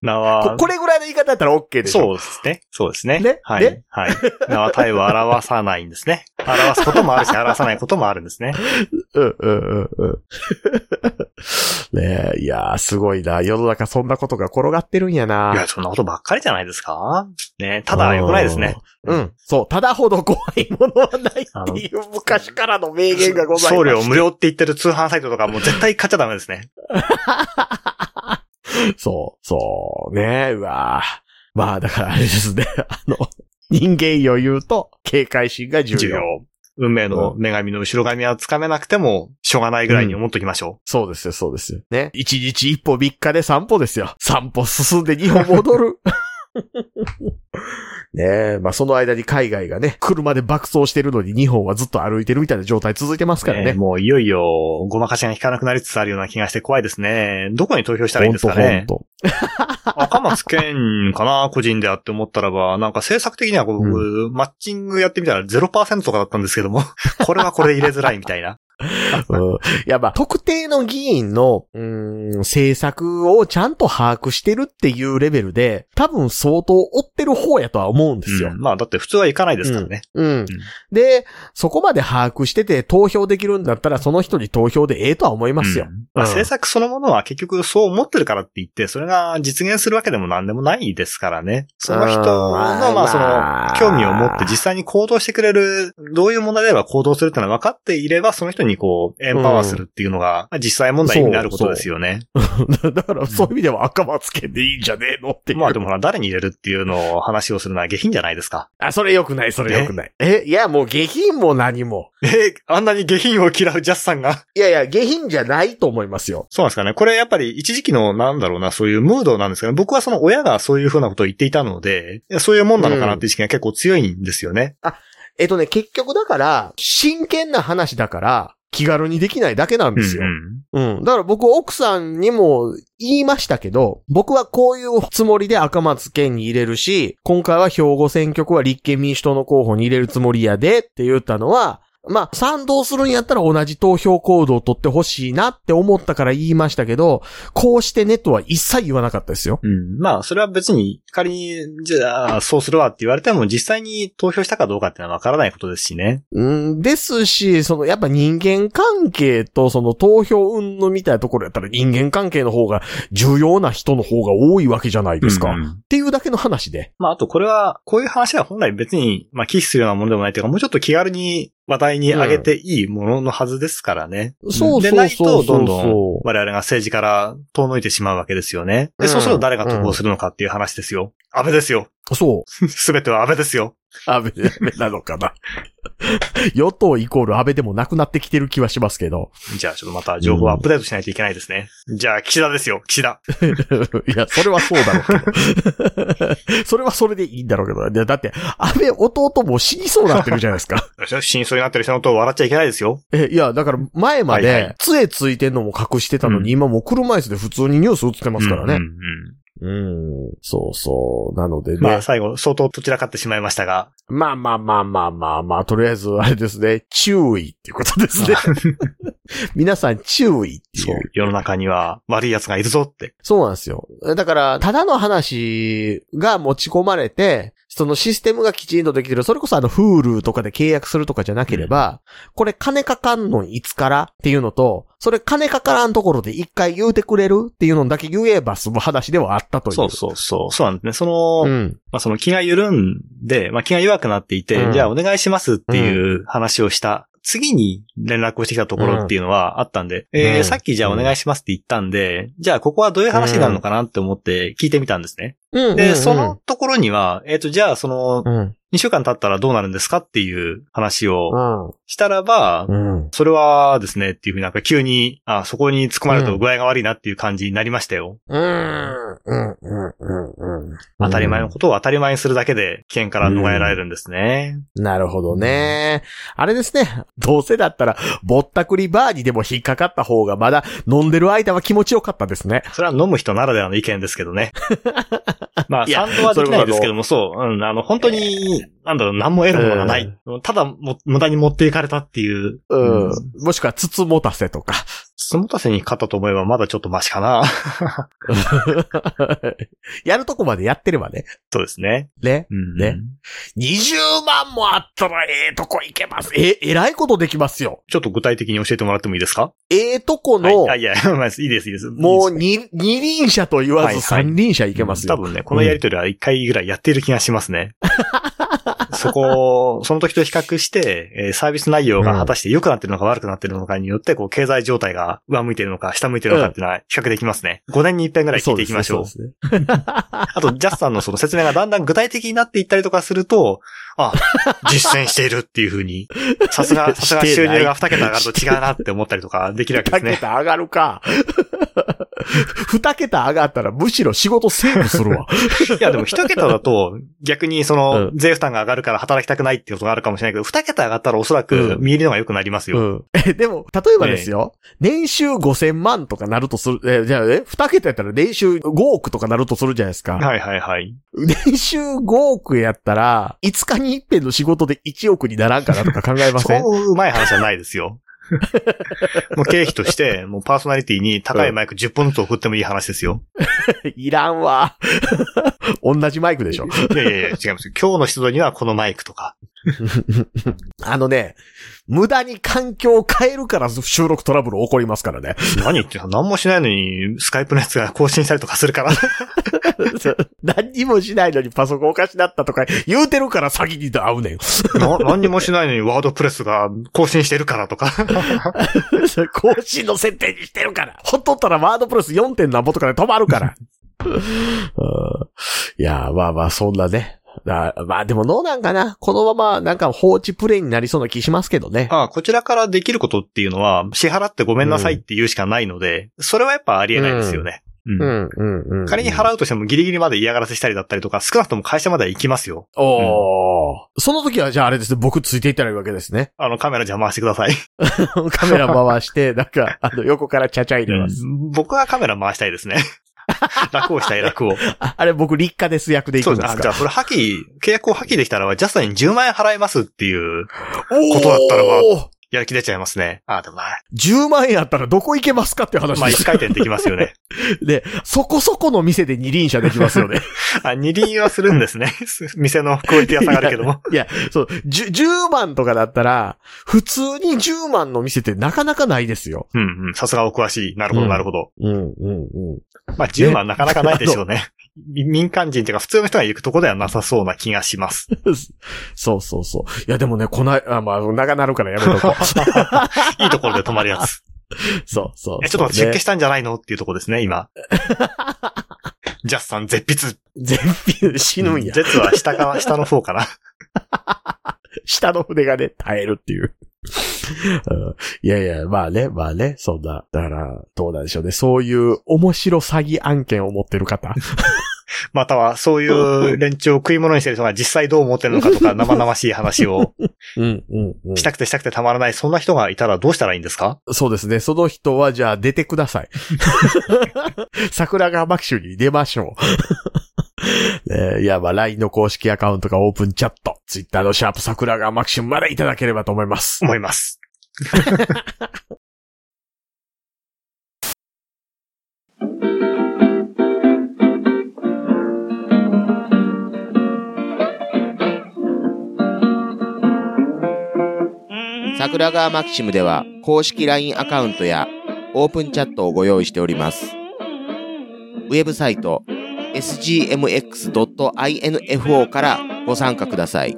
Speaker 4: なわ
Speaker 3: こ、これぐらいの言い方だったら OK でしょ。
Speaker 4: そうですね。そうですね。
Speaker 3: ね
Speaker 4: は
Speaker 3: ね
Speaker 4: い。はい。なわ、体は表さないんですね。表すこともあ るし、表さないこともあるんですね。
Speaker 3: うんうんうんうん。 ねえ、いやー、すごいな。世の中そんなことが転がってるんや
Speaker 4: い
Speaker 3: な。
Speaker 4: や、そんなことばっかりじゃないですかねただ良くないですね。
Speaker 3: うん。うん。そう、ただほど怖いものはないっていう昔からの名言がございます。
Speaker 4: 送料無料って言ってる通販サイトとかもう絶対買っちゃダメですね。
Speaker 3: そう、そう、ねえ、うわーまあ、だからあれですね。あの、人間余裕と警戒心が重要。
Speaker 4: 重要。運命の女神の後ろ髪はつかめなくても、しょうがないぐらいに思っときましょ
Speaker 3: そうですよ、そうですよ。ね。一日一歩三日で三歩ですよ。三歩進んで二歩戻る。 ねえ、まあその間に海外がね、車で爆走してるのに日本はずっと歩いてるみたいな状態続いてます
Speaker 4: う。
Speaker 3: からね。
Speaker 4: えーもういよいよ、ごまかしが引かなくなりつつあるような気がして怖いですね。どこに投票したらいいんですかね。
Speaker 3: ほんと
Speaker 4: 赤松健かな、個人であって思ったらば、なんか政策的には僕、マッチングやってみたら0%とかだったんですけども、これはこれで入れづらいみたい
Speaker 3: ほん
Speaker 4: な。
Speaker 3: とうんいやまあ、特定の議員の、うーん、政策をちゃんと把握してるっていうレベルで、多分相当追ってる方やとは思うんですよ。
Speaker 4: うんまあだって普通は行かないですからね。
Speaker 3: うん。で、そこまで把握してて投票できるんだったら、その人に投票でええとは思いますよ。
Speaker 4: まあ、
Speaker 3: うん
Speaker 4: 政策そのものは結局そう思ってるからって言って、それが実現するわけでも何でもないですからね。その人の、
Speaker 3: あー
Speaker 4: ま
Speaker 3: まあ
Speaker 4: あその、興味を持って実際に行動してくれる、どういう問題であれば行動するってのは分かっていれば、その人にこう、エンパワーするっていうのが、まあ実際問題になることですよね。
Speaker 3: だから、そういう意味では赤松県でいいんじゃねえのっていう。
Speaker 4: まあでもほら、誰に入れるっていうのを話をするのは下品じゃないですか。
Speaker 3: あ、それ良くない、それ良くない。え、いや、もう下品も何も。
Speaker 4: えあんなに下品を嫌うジャスさんが。
Speaker 3: いやいや、下品じゃないと思いますよ。
Speaker 4: そうなんですかね。これやっぱり一時期のなんだろうな、そういうムードなんですかね。僕はその親がそういうふうなことを言っていたので、いやそういうもんなのかなって意識が結構強いんですよね。
Speaker 3: えっとね、結局だから、真剣な話だから、気軽にできないだけなんですよ。うん。だから僕、奥さんにも言いましたけど、僕はこういうつもりで赤松県に入れるし、今回は兵庫選挙区は立憲民主党の候補に入れるつもりやでって言ったのは、まあ、賛同するんやったら同じ投票行動を取ってほしいなって思ったから言いましたけど、こうしてねとは一切言わなかったですよ。
Speaker 4: うん。まあ、それは別に、仮に、じゃあ、そうするわって言われても、実際に投票したかどうかってのはわからないことですしね。
Speaker 3: うん、ですし、その、やっぱ人間関係とその投票運のみたいなところやったら人間関係の方が重要な人の方が多いわけじゃないですか。
Speaker 4: う
Speaker 3: っ
Speaker 4: ん
Speaker 3: ていうだけの話で。
Speaker 4: まあ、あとこれは、こういう話は本来別に、まあ、寄付するようなものでもないというか、もうちょっと気軽に話題に上げていいもののはずですからね。
Speaker 3: そうそうそうそう
Speaker 4: でないと、どんどん我々が政治から遠のいてしまうわけですよね。
Speaker 3: う
Speaker 4: で、
Speaker 3: ん
Speaker 4: そうすると誰が投稿するのかっていう話ですよ。安倍ですよ。
Speaker 3: そう。
Speaker 4: すべては安倍ですよ。
Speaker 3: 安倍、安倍なのかな。 与党イコール安倍でもなくなってきてる気はしますけど。
Speaker 4: じゃあちょっとまた情報をアップデートしないといけないですね。じゃあ岸田ですよ、岸田。
Speaker 3: いや、それはそうだろうけ ど。それはそれでいいんだろうけど。いやだって、安倍弟も死にそうなってるじゃないです か。
Speaker 4: 真相になってる人のことを笑っちゃいけないですよ。
Speaker 3: え、いや、だから前ま
Speaker 4: はいは
Speaker 3: で、杖ついてんのも隠してたのに、今もう車椅子で普通にニュース映ってますから
Speaker 4: うん
Speaker 3: ね。
Speaker 4: うんうん
Speaker 3: うん、そうそう。なのでね。
Speaker 4: まあ最後、相当どちらかってしまいましたが、
Speaker 3: まあまあまあまあまあまあ、とりあえずあれですね、注意っていうことです ね。皆さん注意っていう。
Speaker 4: そう、世の中には悪い奴がいるぞって。
Speaker 3: そうなんですよ。だから、ただの話が持ち込まれて、そのシステムがきちんとできてる。それこそあの、Hulu とかで契約するとかじゃなければ、これ金かかんのいつからっていうのと、それ金かからんところで一回言うてくれるっていうのだけ言えば済む話ではあったという。
Speaker 4: そうそうそう。そうなんですね。その、
Speaker 3: うん。
Speaker 4: まあその気が緩んで、まあ気が弱くなっていて、
Speaker 3: うん
Speaker 4: じゃあお願いしますっていう話をした。次に連絡をしてきたところっていうのはあったんで、え
Speaker 3: う
Speaker 4: ー、
Speaker 3: ん
Speaker 4: さっきじゃあお願いしますって言ったんで、じゃあここはどういう話になるのかなって思って聞いてみたんですね。
Speaker 3: うんうん。
Speaker 4: で、その、ところには、えっ、と、じゃあそ
Speaker 3: う、
Speaker 4: の
Speaker 3: ん。
Speaker 4: 2週間経ったらどうなるんですかっていう話
Speaker 3: う
Speaker 4: を
Speaker 3: ん。
Speaker 4: したらば、
Speaker 3: うん。
Speaker 4: それはですね、っていうふうになんか急に、あ、そこに突っ込まれると具合が悪いなっていう感じになりましたよ。
Speaker 3: うん。うん。うん。うん。
Speaker 4: 当たり前のことを当たり前にするだけで危険から逃れられるんですね。
Speaker 3: なるほどね。あれですね。どうせだったら、ぼったくりバーにでも引っかかった方がまだ飲んでる間は気持ちよかったですね。
Speaker 4: それは飲む人ならではの意見ですけど ね。まあ、
Speaker 3: いや
Speaker 4: 賛同はできないですけども、そう、うん、あの、本当に、なんだろう、何も得るものがない。ただも、無駄に持っていかれたっていう。
Speaker 3: うん。
Speaker 4: うん
Speaker 3: もしくは、つつもたせとか。
Speaker 4: つもたせに勝ったと思えばまだちょっとマシかな。
Speaker 3: やるとこまでやってればね。
Speaker 4: そうですね。
Speaker 3: ね。
Speaker 4: うん。
Speaker 3: ね20万もあったらええとこ行けます。え、えらいことできますよ。
Speaker 4: ちょっと具体的に教えてもらってもいいですか
Speaker 3: ええとこ
Speaker 4: はい
Speaker 3: の、
Speaker 4: あ、いや、 まあいいです、いいです。
Speaker 3: もう
Speaker 4: いいで
Speaker 3: 二、二輪車と言わ
Speaker 4: はいは
Speaker 3: ず
Speaker 4: い
Speaker 3: 三輪車行
Speaker 4: す
Speaker 3: けますよ。
Speaker 4: 多分ね、このやりとりは一回ぐらいやっている気がしますね。 そこを、その時と比較して、えーサービス内容が果たして良くなってるのか悪くなってるのかによって、こう、経済状態が上向いてるのか下向いてるのかっていうのは比較できますね。5年に一遍ぐらい聞いていきましょう。
Speaker 3: そうですね
Speaker 4: あと、ジャスさんのその説明がだんだん具体的になっていったりとかすると、あ、実践しているっていうふうに、さ すが、さすが収入が2桁上がると違うなって思ったりとかできるわけで
Speaker 3: 二
Speaker 4: すね。
Speaker 3: 桁上がる か。二桁上がったらむしろ仕事セーブするわ。
Speaker 4: いや、でも一桁だと、逆にそうの、
Speaker 3: ん
Speaker 4: 税負担が上がるから働きたくないってことがあるかもしれないけど、二桁上がったらおそら
Speaker 3: う
Speaker 4: く
Speaker 3: ん
Speaker 4: 見えるのが良くなりますよ。
Speaker 3: うん。え、でも、例えばですよ、年収5000万とかなるとする、え、じゃあ、え、2桁やったら年収5億とかなるとするじゃないですか。
Speaker 4: はいはいはい。
Speaker 3: 年収5億やったら、5日に一遍の仕事で1億にならんかなとか考えません
Speaker 4: そううまい話じゃないで すよ。もう経費として、もうパーソナリティに高いマイク10本ずつ送ってもいい話ですよ。
Speaker 3: いらんわ。 同じマイクでしょ。
Speaker 4: いやいやいや、違いますよ。 今日の出動にはこのマイクとか。
Speaker 3: あのね、無駄に環境を変えるから収録トラブル起こりますからね。
Speaker 4: 何言ってんの何もしないのに、スカイプのやつが更新したりとかするから。
Speaker 3: 何にもしないのにパソコンおかしなったとか言うてるから詐欺にと合うねん。
Speaker 4: な何にもしないのにワードプレスが更新してるからとか。
Speaker 3: それ 更新の設定にしてるから。ほっとったらワードプレス 4. 点なんぼとかで止まる から。うんいや、まあまあ、そんなね。あまあでもどうなんかな。このままなんか放置プレイになりそうな気しますけどね。
Speaker 4: まあ、こちらからできることっていうのは、支払ってごめんなさいって言うしかないので、それはやっぱありえないですよね。うん
Speaker 3: うん、うん、うん。
Speaker 4: 仮に払うとしてもギリギリまで嫌がらせしたりだったりとか、少なくとも会社までは行きますよ。
Speaker 3: おーその時はじゃああれですね、僕ついていったらいいわけです ね。
Speaker 4: あの、カメラ邪魔してください。
Speaker 3: カメラ回して、なんか、あの、横からちゃちゃ入れます。
Speaker 4: 僕はカメラ回したい ですね。楽をしたい、楽を。
Speaker 3: ああれ僕、立夏です役で
Speaker 4: そ
Speaker 3: 行
Speaker 4: う
Speaker 3: くん
Speaker 4: で
Speaker 3: ですす
Speaker 4: ね。じゃ
Speaker 3: か
Speaker 4: あ、それ破棄、契約を破棄できたら、ジャストに10万円払いますっていう、
Speaker 3: お
Speaker 4: ことだったらまあ
Speaker 3: ー
Speaker 4: やる気出ちゃいますね。ああ、でもな。
Speaker 3: 10万円あったらどこ行けますかっていう話
Speaker 4: まあ、
Speaker 3: で
Speaker 4: 一
Speaker 3: す。
Speaker 4: 回転できます よね。
Speaker 3: で、そこそこの店で二輪車できますよ ね。
Speaker 4: あ、二輪はするんですね。店のクオリティは下がるけども。
Speaker 3: いや、そう、10 10万とかだったら、普通に10万の店ってなかなかないですよ。
Speaker 4: うんうん。さすがお詳しい。なる
Speaker 3: う
Speaker 4: ほど、
Speaker 3: ん
Speaker 4: なるほど。
Speaker 3: うん、うん、うん。
Speaker 4: まあ、10万なかなかないでしょうね。民間人というか普通の人が行くとこではなさそうな気がし ます。
Speaker 3: そうそうそう。いや、でもね、こない、あ、まあ、長なるからやめとこ う。
Speaker 4: いいところで泊まるやつ。
Speaker 3: そうそうそう、
Speaker 4: え、ちょっと待って出
Speaker 3: ね
Speaker 4: 家したんじゃないのっていうところですね、今。ジャスさん絶筆。
Speaker 3: 絶品、死ぬんや。
Speaker 4: 絶は下か、 下の方かな。
Speaker 3: 下の筆がね、耐えるっていう。 うんいやいや、まあね、まあね、そんな。だから、どうなんでしょうね。そういう面白詐欺案件を持ってる方。
Speaker 4: または、そういう連中を食い物にしてる人が実際どう思ってるのかとか、生々しい話 を
Speaker 3: うん、うん、 うん
Speaker 4: したくてしたくてたまらない、そんな人がいたらどうしたらいいんですか
Speaker 3: そうですね。その人は、じゃあ出てください。桜川マキシュに出ましょう。ねえいや、まあ、LINE の公式アカウントかオープンチャット、Twitter のシャープ桜川マキシュまでいただければと思います。
Speaker 4: 思います。
Speaker 5: 桜川マキシムでは公式 LINE アカウントやオープンチャットをご用意しております。ウェブサイト sgmx.info からご参加ください。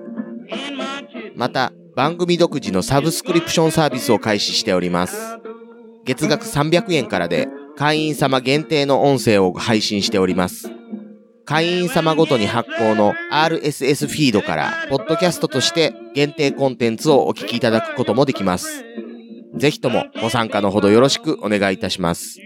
Speaker 5: また、番組独自のサブスクリプションサービスを開始しております。月額300円からで会員様限定の音声を配信しております。会員様ごとに発行の RSS フィードから、ポッドキャストとして限定コンテンツをお聞きいただくこともできます。ぜひともご参加のほどよろしくお願いいたします。